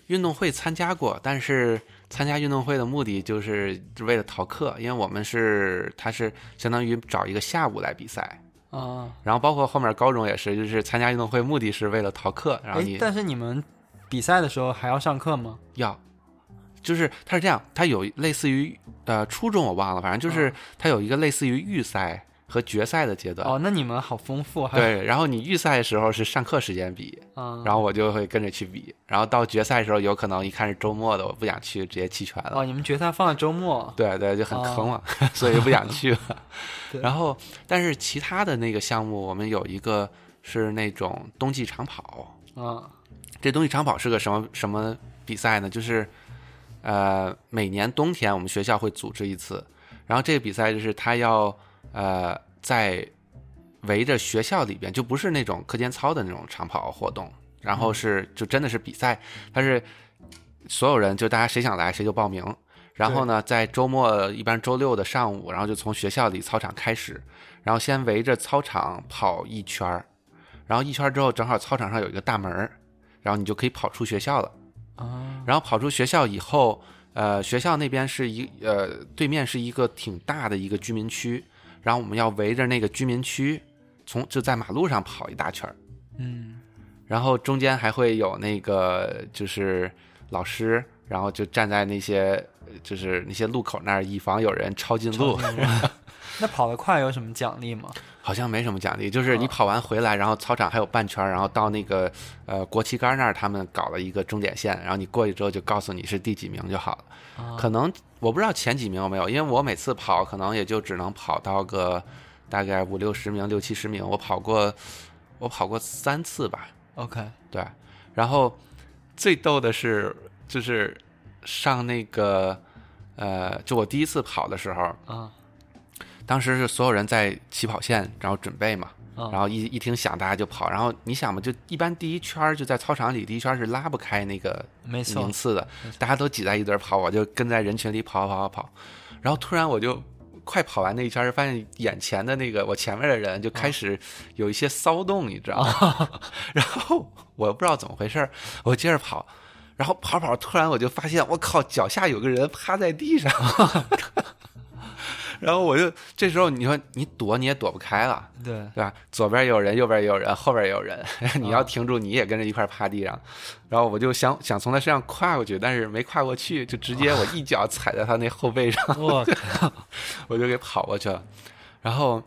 Speaker 1: 运动会参加过，但是参加运动会的目的就是为了逃课，因为我们是他是相当于找一个下午来比赛，
Speaker 2: 啊，
Speaker 1: 然后包括后面高中也是，就是参加运动会目的是为了逃课，然后
Speaker 2: 哎
Speaker 1: 你，
Speaker 2: 但是你们比赛的时候还要上课吗？
Speaker 1: 要。就是它是这样，它有类似于呃初中我忘了，反正
Speaker 2: 嗯
Speaker 1: 就是它有一个类似于预赛和决赛的阶段。
Speaker 2: 哦，那你们好丰富，还
Speaker 1: 对，然后你预赛的时候是上课时间比，
Speaker 2: 啊，
Speaker 1: 然后我就会跟着去比，然后到决赛的时候，有可能一看是周末的，我不想去，直接弃权了。
Speaker 2: 哦，你们决赛放在周末，
Speaker 1: 对对，就很坑嘛， [laughs] 所以不想去了
Speaker 2: [laughs] 对。
Speaker 1: 然后，但是其他的那个项目，我们有一个是那种冬季长跑。
Speaker 2: 啊
Speaker 1: 这冬季长跑是个什么什么比赛呢？就是，呃，每年冬天我们学校会组织一次，然后这个比赛就是他要呃在围着学校里边，就不是那种课间操的那种长跑活动，然后是就真的是比赛，它是所有人就大家谁想来谁就报名。然后呢，在周末一般周六的上午，然后就从学校里操场开始，然后先围着操场跑一圈儿，然后一圈儿之后正好操场上有一个大门儿，然后你就可以跑出学校了。
Speaker 2: 啊，
Speaker 1: 然后跑出学校以后，呃，学校那边是一呃，对面是一个挺大的一个居民区，然后我们要围着那个居民区，从就在马路上跑一大圈儿，
Speaker 2: 嗯，
Speaker 1: 然后中间还会有那个就是老师，然后就站在那些呃就是那些路口那儿，以防有人抄近路。
Speaker 2: [laughs] 那跑得快有什么奖励吗？
Speaker 1: 好像没什么奖励，就是你跑完回来，然后操场还有半圈儿，然后到那个呃国旗杆那儿，他们搞了一个终点线，然后你过去之后就告诉你是第几名就好了。可能我不知道前几名有没有，因为我每次跑可能也就只能跑到个大概五六十名、六七十名。我跑过，我跑过三次吧，
Speaker 2: OK，
Speaker 1: 对。然后最逗的是，就是上那个呃，就我第一次跑的时候，
Speaker 2: 啊
Speaker 1: 当时是所有人在起跑线，然后准备嘛，
Speaker 2: 啊，
Speaker 1: 然后一一听响，大家就跑。然后你想嘛，就一般第一圈儿就在操场里，第一圈儿是拉不开那个
Speaker 2: 没错
Speaker 1: 名，次的，大家都挤在一堆儿跑，我就跟在人群里跑跑跑跑。然后突然我就快跑完那一圈儿，发现眼前的那个我前面的人就
Speaker 2: 啊
Speaker 1: 开始有一些骚动，你知道
Speaker 2: [laughs]
Speaker 1: 吗？然后我不知道怎么回事儿，我接着跑。然后跑着跑着，突然我就发现，我靠，脚下有个人趴在地
Speaker 2: [laughs]
Speaker 1: 上， [laughs] 然后我就这时候你说你躲你也躲不开了，
Speaker 2: 对，
Speaker 1: [laughs] 对吧？左边也有人，右边也有人，后边也有人， [laughs] 你要停住，你也跟着一块儿趴地上。然后我就想想从他身上跨过去，但是没跨过去，就直接我一脚踩在他那后背上， [laughs]
Speaker 2: 我
Speaker 1: 我就给跑过去了。然后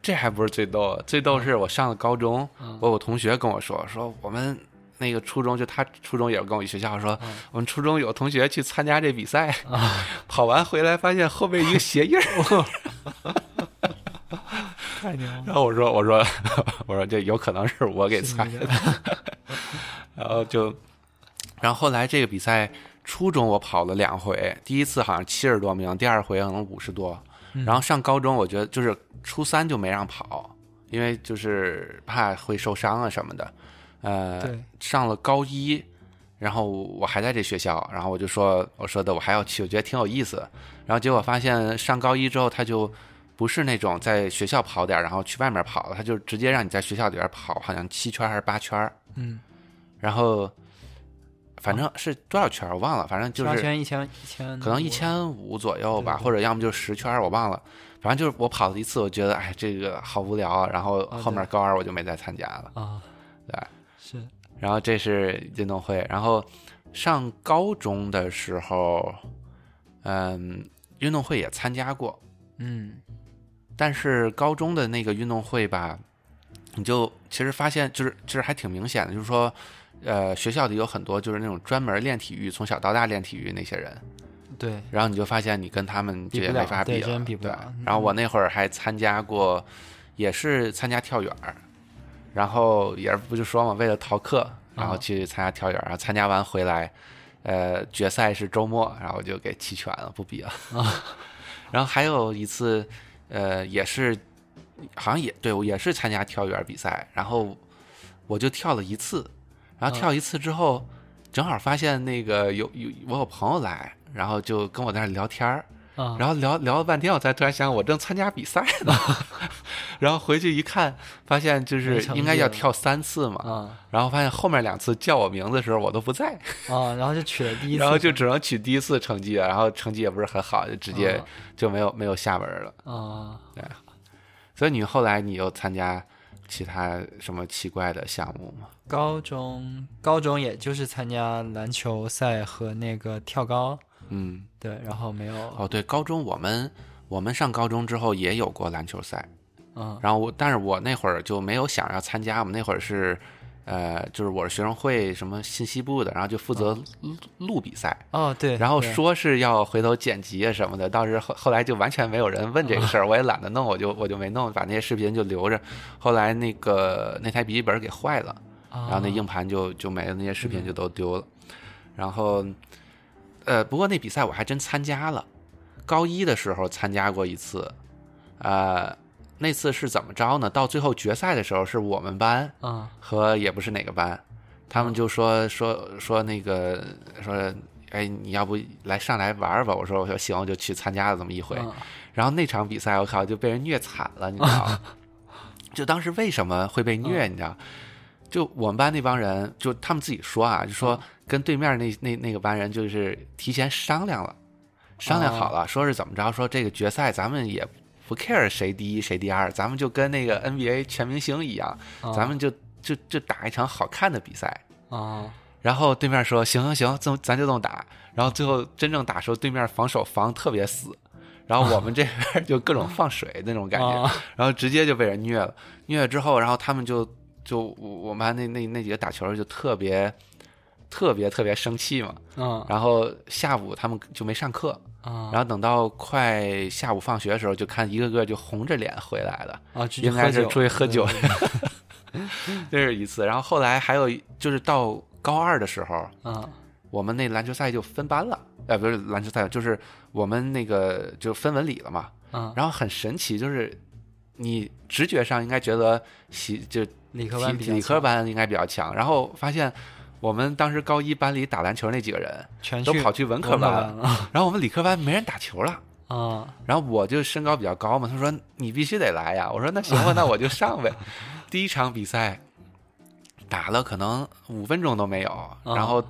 Speaker 1: 这还不是最逗的，最逗是我上了高中，我有同学跟我说，说我们那个初中，就他初中也跟我一学校说，我们初中有同学去参加这比赛， [laughs] 跑完回来发现后背一个鞋印儿。
Speaker 2: 太牛
Speaker 1: [laughs]
Speaker 2: 了，
Speaker 1: 然后我说：“我说， [laughs] 我说这有可能是我给踩
Speaker 2: 是
Speaker 1: 的。”然后就，然后后来这个比赛，初中我跑了两回，第一次好像七十多名，第二回可能五十多。然后上高中，我觉得就是初三就没让跑，因为就是怕会受伤啊什么的。呃
Speaker 2: 对，
Speaker 1: 上了高一，然后我还在这学校，然后我就说我说的我还要去，我觉得挺有意思。然后结果发现上高一之后，他就不是那种在学校跑点儿，然后去外面跑了，他就直接让你在学校里边跑，好像七圈还是八圈儿，
Speaker 2: [laughs] 嗯，
Speaker 1: 然后反正是多少圈儿我忘了，反正 [laughs] 就
Speaker 2: 刷
Speaker 1: 是
Speaker 2: 圈一千一千，
Speaker 1: 可能一，千五左右吧，
Speaker 2: 对对
Speaker 1: 或者要么就十圈儿我忘了，反正就是我跑了一次，我觉得哎这个好无聊啊，然后
Speaker 2: 啊
Speaker 1: 后面
Speaker 2: 对
Speaker 1: 高二我就没再参加了。
Speaker 2: 啊，
Speaker 1: 对，
Speaker 2: 是
Speaker 1: 然后这是运动会，然后上高中的时候，嗯，运动会也参加过，
Speaker 2: 嗯
Speaker 1: 但是高中的那个运动会吧，你就其实发现就是其实还挺明显的，就是说，呃，学校里有很多就是那种专门练体育，从小到大练体育那些人，
Speaker 2: 对，
Speaker 1: 然后你就发现你跟他们这
Speaker 2: 比
Speaker 1: 也
Speaker 2: 不
Speaker 1: 没
Speaker 2: 了
Speaker 1: 法
Speaker 2: 对
Speaker 1: 比了，
Speaker 2: 真比不
Speaker 1: 对
Speaker 2: 了嗯
Speaker 1: 然后我那会儿还参加过，也是参加跳远儿，然后也是不就说嘛，为了逃课，然后
Speaker 2: 啊
Speaker 1: 去参加跳远儿，然后参加完回来，呃，决赛是周末，然后我就给弃权了，不比了。 [laughs] 然后还有一次，呃，也是好像也对我也是参加跳远比赛，然后我就跳了一次，然后跳一次之后，正好发现那个有有我有朋友来，然后就跟我在那儿聊天儿，
Speaker 2: 啊，
Speaker 1: 然后聊聊了半天，我才突然想我正参加比赛
Speaker 2: [laughs]
Speaker 1: 呢，然后回去一看，发现就是
Speaker 2: 没成绩
Speaker 1: 应该要
Speaker 2: 了
Speaker 1: 跳三次嘛，
Speaker 2: 啊
Speaker 1: 然后发现后面两次叫我名字的时候我都不在，
Speaker 2: 啊，然后就取了第一次，
Speaker 1: 然后就只能取第一次成绩，然后成绩也不是很好，就直接
Speaker 2: 啊
Speaker 1: 就没有没有下文了。
Speaker 2: 啊，
Speaker 1: 所以你后来你又参加其他什么奇怪的项目吗？
Speaker 2: 高中高中也就是参加篮球赛和那个跳高，
Speaker 1: 嗯，
Speaker 2: 对，然后没有，
Speaker 1: 哦，对，高中我们我们上高中之后也有过篮球赛，
Speaker 2: 嗯
Speaker 1: 然后我但是我那会儿就没有想要参加，我们那会儿是。呃，就是我是学生会什么信息部的，然后就负责录录比赛，
Speaker 2: 哦嗯对，
Speaker 1: 然后
Speaker 2: 对
Speaker 1: 说是要回头剪辑啊什么的，到时后后来就完全没有人问这个事儿，我也懒得弄，我就我就没弄，把那些视频就留着。后来那个那台笔记本给坏了，
Speaker 2: 啊
Speaker 1: 然后那硬盘就就没了，那些视频就都丢了。然后，呃，不过那比赛我还真参加了，高一的时候参加过一次，呃，那次是怎么着呢？到最后决赛的时候，是我们班
Speaker 2: 啊
Speaker 1: 和也不是哪个班，他们就说说说那个说，哎，你要不来上来玩儿吧？我说我说行，我就去参加了这么一回。
Speaker 2: 嗯
Speaker 1: 然后那场比赛，我靠，就被人虐惨了，你知道吗？ [laughs] 就当时为什么会被虐，你知道？就我们班那帮人，就他们自己说啊，就说跟对面那那那个班人就是提前商量了，商量好了，说是怎么着，说这个决赛咱们也不 care 谁第一谁第二，咱们就跟那个 NBA 全明星一样，咱们就就就打一场好看的比赛。
Speaker 2: 啊
Speaker 1: 然后对面说行行行，这么咱就这么打。然后最后真正打的时候，对面防守防特别死，然后我们这边就各种放水那种感觉，
Speaker 2: 啊
Speaker 1: 然后直接就被人虐了。虐了之后，然后他们就就我我们班那那那几个打球的就特别特别特别生气嘛。
Speaker 2: 啊
Speaker 1: 然后下午他们就没上课，
Speaker 2: 啊
Speaker 1: 然后等到快下午放学的时候，就看一个个就红着脸回来了。
Speaker 2: 啊，去
Speaker 1: 应该是出去喝酒 [laughs]
Speaker 2: 对对对
Speaker 1: 这是一次，然后后来还有一就是到高二的时候，
Speaker 2: 啊
Speaker 1: 我们那篮球赛就分班了，呃，不是篮球赛，就是我们那个就分文理了嘛。
Speaker 2: 啊，
Speaker 1: 然后很神奇，就是你直觉上应该觉得喜就
Speaker 2: 理科班
Speaker 1: 体
Speaker 2: 比较
Speaker 1: 理科
Speaker 2: 强
Speaker 1: 班应该比较强，然后发现我们当时高一班里打篮球那几个人，
Speaker 2: 全
Speaker 1: 都
Speaker 2: 去
Speaker 1: 跑去文科
Speaker 2: 科
Speaker 1: 班
Speaker 2: 班了
Speaker 1: 然后我们理科班没人打球了。
Speaker 2: 啊
Speaker 1: 然后我就身高比较高嘛，他说你必须得来呀。我说那行
Speaker 2: [laughs]
Speaker 1: 吧，那我就上呗。第一场比赛打了可能五分钟都没有，
Speaker 2: 嗯
Speaker 1: 然后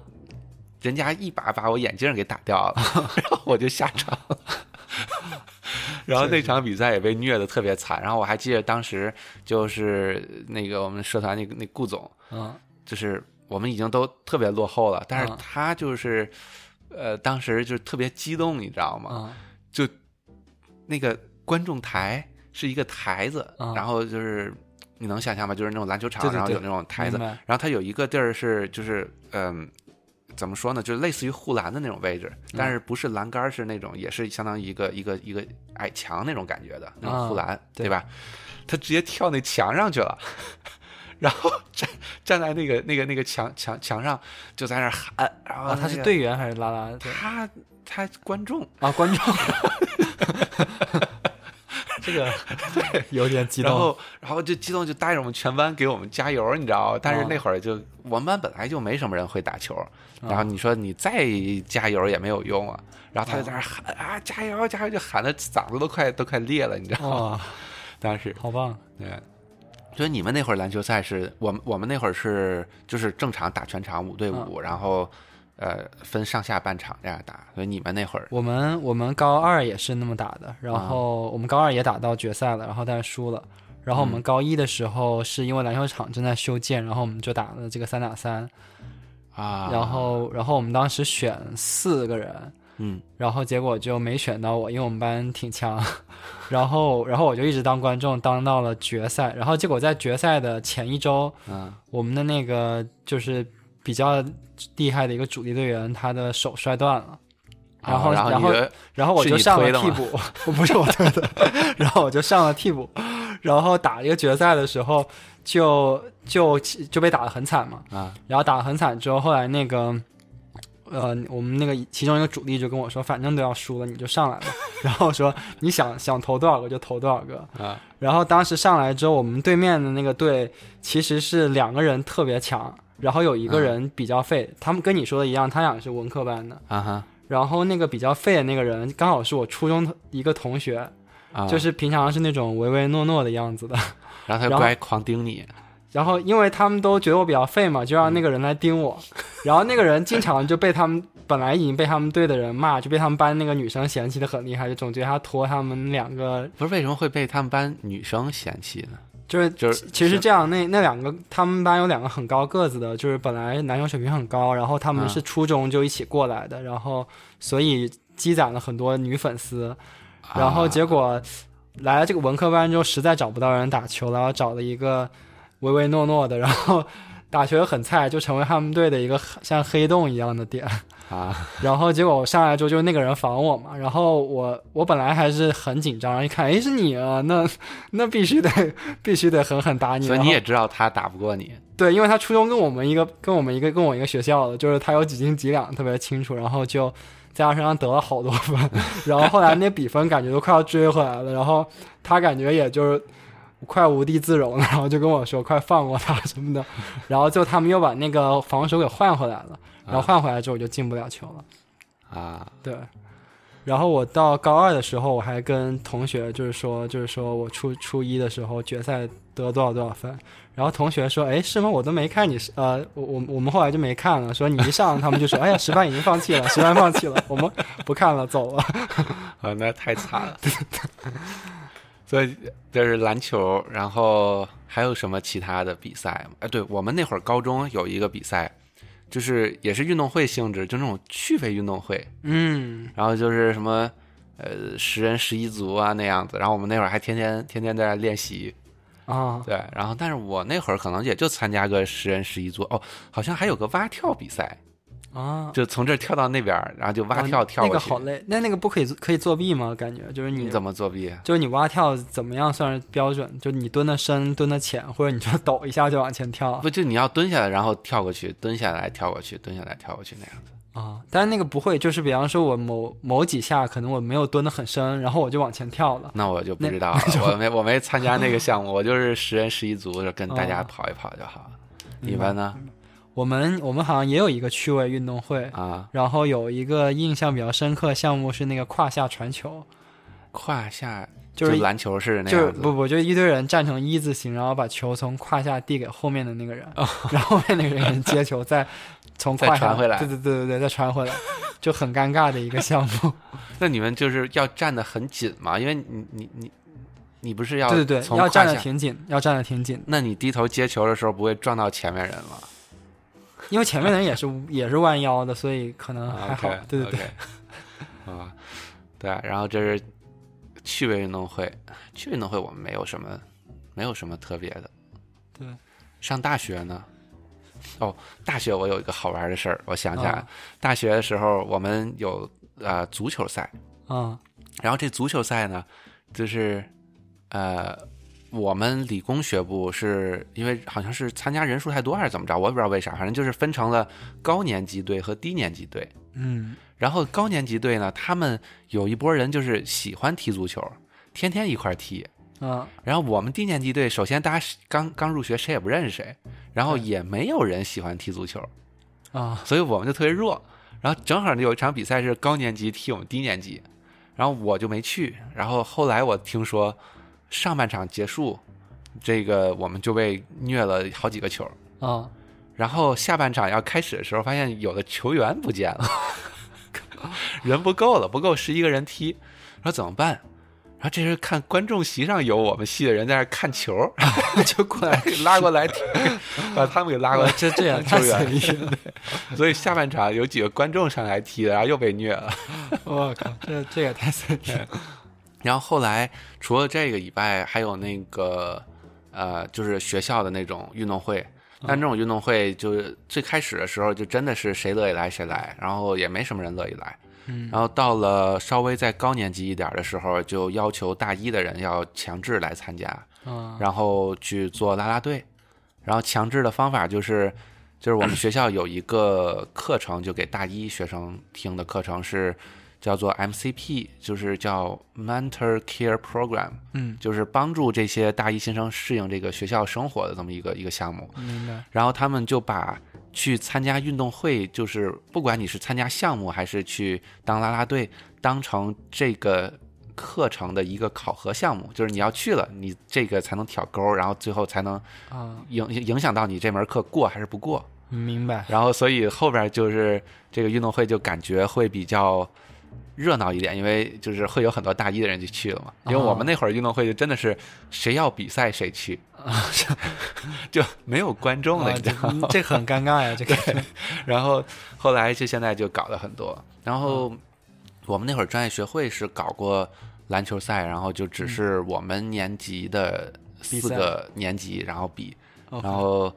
Speaker 1: 人家一把把我眼镜给打掉
Speaker 2: [laughs]
Speaker 1: 了，然后我就下场了。然后那场比赛也被虐的特别惨，然后我还记得当时就是那个我们社团那个那顾总， [laughs]
Speaker 2: 啊
Speaker 1: 就是我们已经都特别落后了，但是
Speaker 2: 嗯
Speaker 1: 他就是呃当时就特别激动，你知道吗？
Speaker 2: 啊
Speaker 1: 就那个观众台是一个台子，
Speaker 2: 啊
Speaker 1: 然后就是你能想象吗？就是那种篮球场，
Speaker 2: 对对
Speaker 1: 然后
Speaker 2: 对
Speaker 1: 有那种台子，
Speaker 2: 明白
Speaker 1: 然后它有一个地儿是就是嗯。怎么说呢？就是类似于护栏的那种位置，
Speaker 2: 嗯
Speaker 1: 但是不是栏杆儿，是那种也是相当于一个一个一个矮墙那种感觉的那种护栏，
Speaker 2: 啊对
Speaker 1: 对吧？他直接跳那墙上去了， [laughs] 然后站站在那个那个那个墙墙墙上，就在那儿喊。然后、
Speaker 2: 啊，他是队员还是拉拉队
Speaker 1: 他他观众
Speaker 2: 啊？观众，这 [laughs] 个有点激
Speaker 1: 然
Speaker 2: 动
Speaker 1: 后，然后就激动就带着我们全班给我们加油，你知道吗？但是那会儿就、我们班本来就没什么人会打球，然后你说你再加油也没有用啊。然后他就在那儿喊、啊加油加油，就喊的嗓子都快都快裂了，你知道吗？
Speaker 2: 哇，
Speaker 1: 当时 [laughs]
Speaker 2: 好棒
Speaker 1: 对，哦所以你们那会儿篮球赛是我们我们那会儿是就是正常打全场五对五、然后呃分上下半场这样打，所以你们那会儿
Speaker 2: 我们我们高二也是那么打的，然
Speaker 1: 啊
Speaker 2: 后我们高二也打到决赛了，然后但是输了。然后
Speaker 1: 嗯
Speaker 2: 我们高一的时候是因为篮球场正在修建，然后我们就打了这个三打三。
Speaker 1: 啊，
Speaker 2: 然后然后我们当时选四个人，
Speaker 1: 嗯
Speaker 2: 然后结果就没选到我，因为我们班挺强。 [laughs] 然后然后我就一直当观众，当到了决赛。然后结果在决赛的前一周，
Speaker 1: 嗯
Speaker 2: 我们的那个就是比较厉害的一个主力队员，他的手摔断了。
Speaker 1: 啊
Speaker 2: 然后，
Speaker 1: 然后
Speaker 2: 然后
Speaker 1: 你就
Speaker 2: 然后我
Speaker 1: 是
Speaker 2: 就
Speaker 1: 你
Speaker 2: 上
Speaker 1: 推
Speaker 2: 了
Speaker 1: 的
Speaker 2: 替
Speaker 1: 吗
Speaker 2: 补， [laughs] 我不是我推的，然后我就上了替补，然后打一个决赛的时候就就就被打得很惨嘛，
Speaker 1: 啊
Speaker 2: 然后打得很惨之后，后来那个呃，我们那个其中一个主力就跟我说，反正都要输了，你就上来吧， [laughs] 然后说你想想投多少个就投多少个，
Speaker 1: 啊
Speaker 2: 然后当时上来之后，我们对面的那个队其实是两个人特别强，然后有一个
Speaker 1: 嗯
Speaker 2: 人比较废，他们跟你说的一样，他俩是文科班的。
Speaker 1: 啊哈
Speaker 2: 然后那个比较废的那个人，刚好是我初中的一个同学，
Speaker 1: 啊，
Speaker 2: 就是平常是那种唯唯诺诺的样子的。 [laughs]
Speaker 1: 然后他就
Speaker 2: 然后
Speaker 1: 过来狂盯你。
Speaker 2: 然后因为他们都觉得我比较废嘛，就让那个人来盯我。然后那个人经常就被他们本来已经被他们队的人骂，就被他们班那个女生嫌弃的很厉害，就总觉得他拖他们两个。
Speaker 1: 不是为什么会被他们班女生嫌弃呢？
Speaker 2: 就是
Speaker 1: 就是
Speaker 2: 其实
Speaker 1: 是
Speaker 2: 这样，那那两个他们班有两个很高个子的，就是本来篮球水平很高，然后他们
Speaker 1: 嗯
Speaker 2: 是初中就一起过来的，然后所以积攒了很多女粉丝。然
Speaker 1: 啊
Speaker 2: 后结果来了这个文科班之后，实在找不到人打球了，然后找了一个唯唯诺诺的，然后 [laughs] 打球又很菜，就成为他们队的一个像黑洞一样的点。
Speaker 1: 啊
Speaker 2: 然后结果我上来之后，就是那个人防我嘛，然后我我本来还是很紧张，然后一看，哎，是你啊，那那必须得 [laughs] 必须得狠狠打
Speaker 1: 啊，
Speaker 2: 你。
Speaker 1: 所以
Speaker 2: 然
Speaker 1: 你
Speaker 2: 后
Speaker 1: 也知道他打不过你
Speaker 2: 对，因为他初中跟我们一个跟我们一个跟我一个学校的，就是他有几斤几两特别清楚，然后就在他身上得了好多 [laughs] 分，然后后来那比分感觉都快要追回来了，然后他感觉也就是快无地自容了，然后就跟我说快放过他什么的， [laughs] 然后就他们又把那个防守给换回来了，然后换回来之后我就进不了球了， [laughs]
Speaker 1: 啊，
Speaker 2: 对。然后我到高二的时候，我还跟同学就是说，就是说我初初一的时候决赛得多少多少分，然后同学说，哎，是吗？我都没看你，呃，我我我们后来就没看了，说你一上，他们就说，哎呀，石斑已经放弃了，石 [laughs] 斑放弃了，我们不看了，走了。
Speaker 1: [laughs]
Speaker 2: 哦
Speaker 1: 啊，那太惨了。 [laughs] 所以这是篮球，然后还有什么其他的比赛吗？哎，对我们那会儿高中有一个比赛，就是也是运动会性质，就那种趣味运动会，
Speaker 2: 嗯，
Speaker 1: 然后就是什么呃十人十一组啊那样子。然后我们那会儿还天天天天在那练习，
Speaker 2: 啊，
Speaker 1: 对。然后但是我那会儿可能也就参加个十人十一组，哦，好像还有个蛙跳比赛，
Speaker 2: 啊，
Speaker 1: 就从这儿跳到那边儿，然后就蛙跳跳
Speaker 2: 哦那
Speaker 1: 过
Speaker 2: 个
Speaker 1: 去。
Speaker 2: 好啊累，那那个不可以可以作弊吗？感觉就是你
Speaker 1: 你怎么作弊？啊
Speaker 2: 就是你蛙跳怎么样算是标准？就你蹲的深，蹲的浅，或者你就抖一下就往前跳
Speaker 1: 不就你要蹲下来，然后跳过去，蹲下来跳过去，蹲下来跳过去那样子。
Speaker 2: 啊？但是那个不会，就是比方说我某某几下可能我没有蹲的很深，然后我就往前跳了。
Speaker 1: 那我就不知道了，我没我没参加那个项目，我就是十人十一组，就跟大家
Speaker 2: 哦
Speaker 1: 跑一跑就好了。
Speaker 2: 嗯
Speaker 1: 你们呢？
Speaker 2: 我们我们好像也有一个趣味运动会，
Speaker 1: 啊，
Speaker 2: 然后有一个印象比较深刻的项目是那个胯下传球，
Speaker 1: 胯下
Speaker 2: 就是
Speaker 1: 篮球是那
Speaker 2: 就是
Speaker 1: 样子
Speaker 2: 不不就一堆人站成一字形，然后把球从胯下递给后面的那个人，然后后面那个人接
Speaker 1: [laughs]
Speaker 2: 球再从
Speaker 1: 哦再
Speaker 2: 胯下
Speaker 1: 传回来
Speaker 2: 对对对对对，再传回来，就很尴尬的一个项目。
Speaker 1: 那你们就是要站得很紧嘛，因为你你你你不是 [laughs] 要
Speaker 2: 对对对，
Speaker 1: 从
Speaker 2: 要
Speaker 1: 胯
Speaker 2: 站得
Speaker 1: 下
Speaker 2: 挺紧，要站得挺紧，
Speaker 1: 那你低头接球的时候不会撞到前面人吗？
Speaker 2: 因为前面的人也是也是弯腰的，所以可能嗯
Speaker 1: 啊
Speaker 2: 还好。对对对， [laughs]
Speaker 1: 对，啊，对啊，然后这是趣味运动会，趣味运动会我们没有什么，没有什么特别的。
Speaker 2: 对，
Speaker 1: 上大学呢，哦，大学我有一个好玩的事儿，我想起来，
Speaker 2: 啊
Speaker 1: 大学的时候我们有呃足球赛，
Speaker 2: 啊
Speaker 1: 然后这足球赛呢，就是呃，我们理工学部是因为好像是参加人数太多还是怎么着，我也不知道为啥，反正就是分成了高年级队和低年级队。
Speaker 2: 嗯
Speaker 1: 然后高年级队呢，他们有一波人就是喜欢踢足球，天天一块儿踢。
Speaker 2: 啊
Speaker 1: 然后我们低年级队，首先大家是刚刚入学，谁也不认识谁，然后也没有人喜欢踢足球，
Speaker 2: 啊
Speaker 1: 所以我们就特别弱。然后正好有一场比赛是高年级踢我们低年级，然后我就没去。然后后来我听说，上半场结束，这个我们就被虐了好几个球。 [laughs]
Speaker 2: 啊！
Speaker 1: 然后下半场要开始的时候，发现有的球员不见了， [laughs] 人不够了，不够十一个人踢，然后怎么办？然后这时候看观众席上有我们系的人在那儿 [laughs] 看球，就过来给拉过来踢，把他们给拉过来。
Speaker 2: 这这也太
Speaker 1: 球员
Speaker 2: 随意了，
Speaker 1: 所以下半场有几个观众上来踢的，然后又被虐了。 [laughs]
Speaker 2: 我靠，这这也太随意了
Speaker 1: 然后后来除了这个以外，还有那个呃，就是学校的那种运动会。但这种运动会就是最开始的时候，就真的是谁乐意来谁来，然后也没什么人乐意来。
Speaker 2: 嗯
Speaker 1: 然后到了稍微再高年级一点的时候，就要求大一的人要强制来参加，
Speaker 2: 啊！
Speaker 1: 然后去做啦啦队。然后强制的方法就是，就是我们学校有一个课程，就给大一学生听的课程是叫做 MCP，就是叫 Mentor Care Program，
Speaker 2: 嗯，
Speaker 1: 就是帮助这些大一新生适应这个学校生活的这么一个一个项目。
Speaker 2: 明白
Speaker 1: 然后他们就把去参加运动会，就是不管你是参加项目还是去当啦啦队，当成这个课程的一个考核项目，就是你要去了，你这个才能挑钩，然后最后才能
Speaker 2: 啊，
Speaker 1: 影影响到你这门课过还是不过。
Speaker 2: 明白
Speaker 1: 然后所以后边就是这个运动会就感觉会比较。热闹一点，因为就是会有很多大一的人就去了嘛。因为我们那会儿运动会就真的是谁要比赛谁去， [laughs] 就没有观众了，
Speaker 2: 啊
Speaker 1: 你知
Speaker 2: 这
Speaker 1: 道吗？
Speaker 2: 这很尴尬呀，这个
Speaker 1: 然后后来就现在就搞了很多。然后
Speaker 2: 嗯
Speaker 1: 我们那会儿专业学会是搞过篮球赛，然后就
Speaker 2: 嗯
Speaker 1: 只是我们年级的四个年级，然后比，
Speaker 2: 哦
Speaker 1: 然后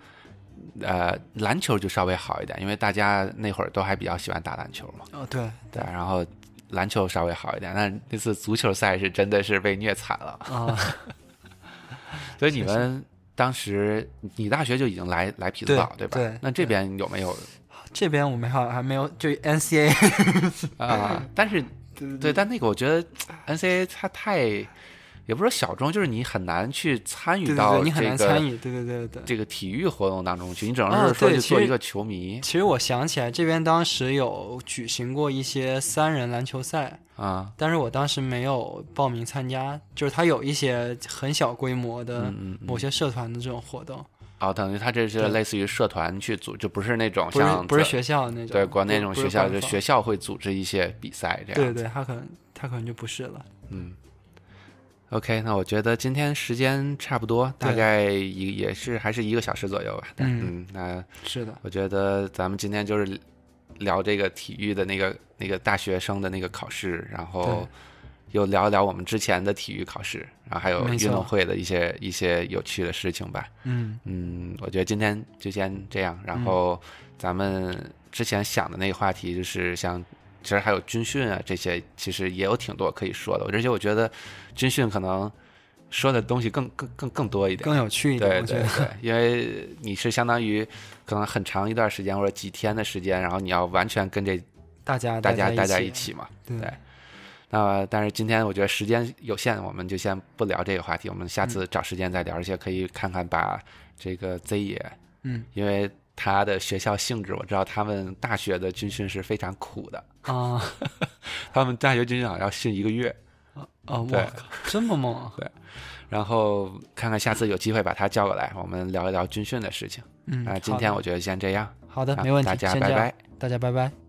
Speaker 1: 呃篮球就稍微好一点，因为大家那会儿都还比较喜欢打篮球嘛，
Speaker 2: 哦，对
Speaker 1: 对，然后。篮球稍微好一点，但那次足球赛是真的是被虐惨了。
Speaker 2: 啊，
Speaker 1: 所以你们当时，你大学就已经来来匹兹
Speaker 2: 对
Speaker 1: 堡对吧？
Speaker 2: 对
Speaker 1: 那这边有没有
Speaker 2: 这边我们好像还没有，就 NCA [laughs]
Speaker 1: 啊、但是对，但那个我觉得 NCAA 它太也不是说小众，就是你很难去参与
Speaker 2: 对对
Speaker 1: 到这
Speaker 2: 对，
Speaker 1: 个
Speaker 2: 你很难参与，对对对对对。
Speaker 1: 这个体育活动当中去，你只能
Speaker 2: 哦
Speaker 1: 是说
Speaker 2: 对
Speaker 1: 去
Speaker 2: 其
Speaker 1: 做一
Speaker 2: 实
Speaker 1: 个球迷
Speaker 2: 其实我想起来，这边当时有举行过一些三人篮球赛，
Speaker 1: 啊，
Speaker 2: 但是我当时没有报名参加，就是它有一些很小规模的
Speaker 1: 嗯嗯嗯，
Speaker 2: 某些社团的这种活动，
Speaker 1: 啊，等于他这是
Speaker 2: 对
Speaker 1: 类似于社团去组，就不是那种
Speaker 2: 不是
Speaker 1: 像
Speaker 2: 不是
Speaker 1: 在
Speaker 2: 学校那种，
Speaker 1: 对国内那种
Speaker 2: 不不
Speaker 1: 学
Speaker 2: 是
Speaker 1: 校，
Speaker 2: 官
Speaker 1: 就
Speaker 2: 方
Speaker 1: 学啊校会组织一些比赛这样。
Speaker 2: 对对，他可能他可能就不是了。
Speaker 1: 嗯，OK，那我觉得今天时间差不多，大
Speaker 2: 对
Speaker 1: 概也也是还是一个小时左右吧。
Speaker 2: 嗯
Speaker 1: 嗯，那
Speaker 2: 是的，
Speaker 1: 我觉得咱们今天就是聊这个体育的那个那个大学生的那个考试，然后
Speaker 2: 对
Speaker 1: 又聊一聊我们之前的体育考试，然后还有
Speaker 2: 没
Speaker 1: 运
Speaker 2: 错
Speaker 1: 动会的一些一些有趣的事情吧。
Speaker 2: 嗯，
Speaker 1: 嗯，我觉得今天就先这样，然后咱们之前想的那个话题就是像。其实还有军训啊，这些其实也有挺多可以说的。而且我觉得，军训可能说的东西更更更更多一点，
Speaker 2: 更有趣一点，
Speaker 1: 对
Speaker 2: 我觉
Speaker 1: 对对，
Speaker 2: 得。
Speaker 1: 因为你是相当于可能很长一段时间或者几天的时间，然后你要完全跟这
Speaker 2: 大家
Speaker 1: 大家
Speaker 2: 家
Speaker 1: 大家一
Speaker 2: 一，
Speaker 1: 起嘛。
Speaker 2: 对
Speaker 1: 对那但是今天我觉得时间有限，我们就先不聊这个话题，我们下
Speaker 2: 嗯
Speaker 1: 次找时间再聊。而且可以看看把这个 Z 也，
Speaker 2: 嗯
Speaker 1: 因为他的学校性质，我知道他们大学的军训是非常苦的， [laughs]
Speaker 2: 啊
Speaker 1: 他们大学军训好像要训一个月。
Speaker 2: 啊！我
Speaker 1: 对
Speaker 2: 靠，这么猛啊！
Speaker 1: 然后看看下次有机会把他叫过来，我们聊一聊军训的事情。
Speaker 2: 嗯，
Speaker 1: 啊那今
Speaker 2: 好的
Speaker 1: 天我觉得先这样，
Speaker 2: 好的
Speaker 1: 啊
Speaker 2: 没问题，
Speaker 1: 大家
Speaker 2: 先
Speaker 1: 拜
Speaker 2: 这样
Speaker 1: 拜。
Speaker 2: 大家拜拜。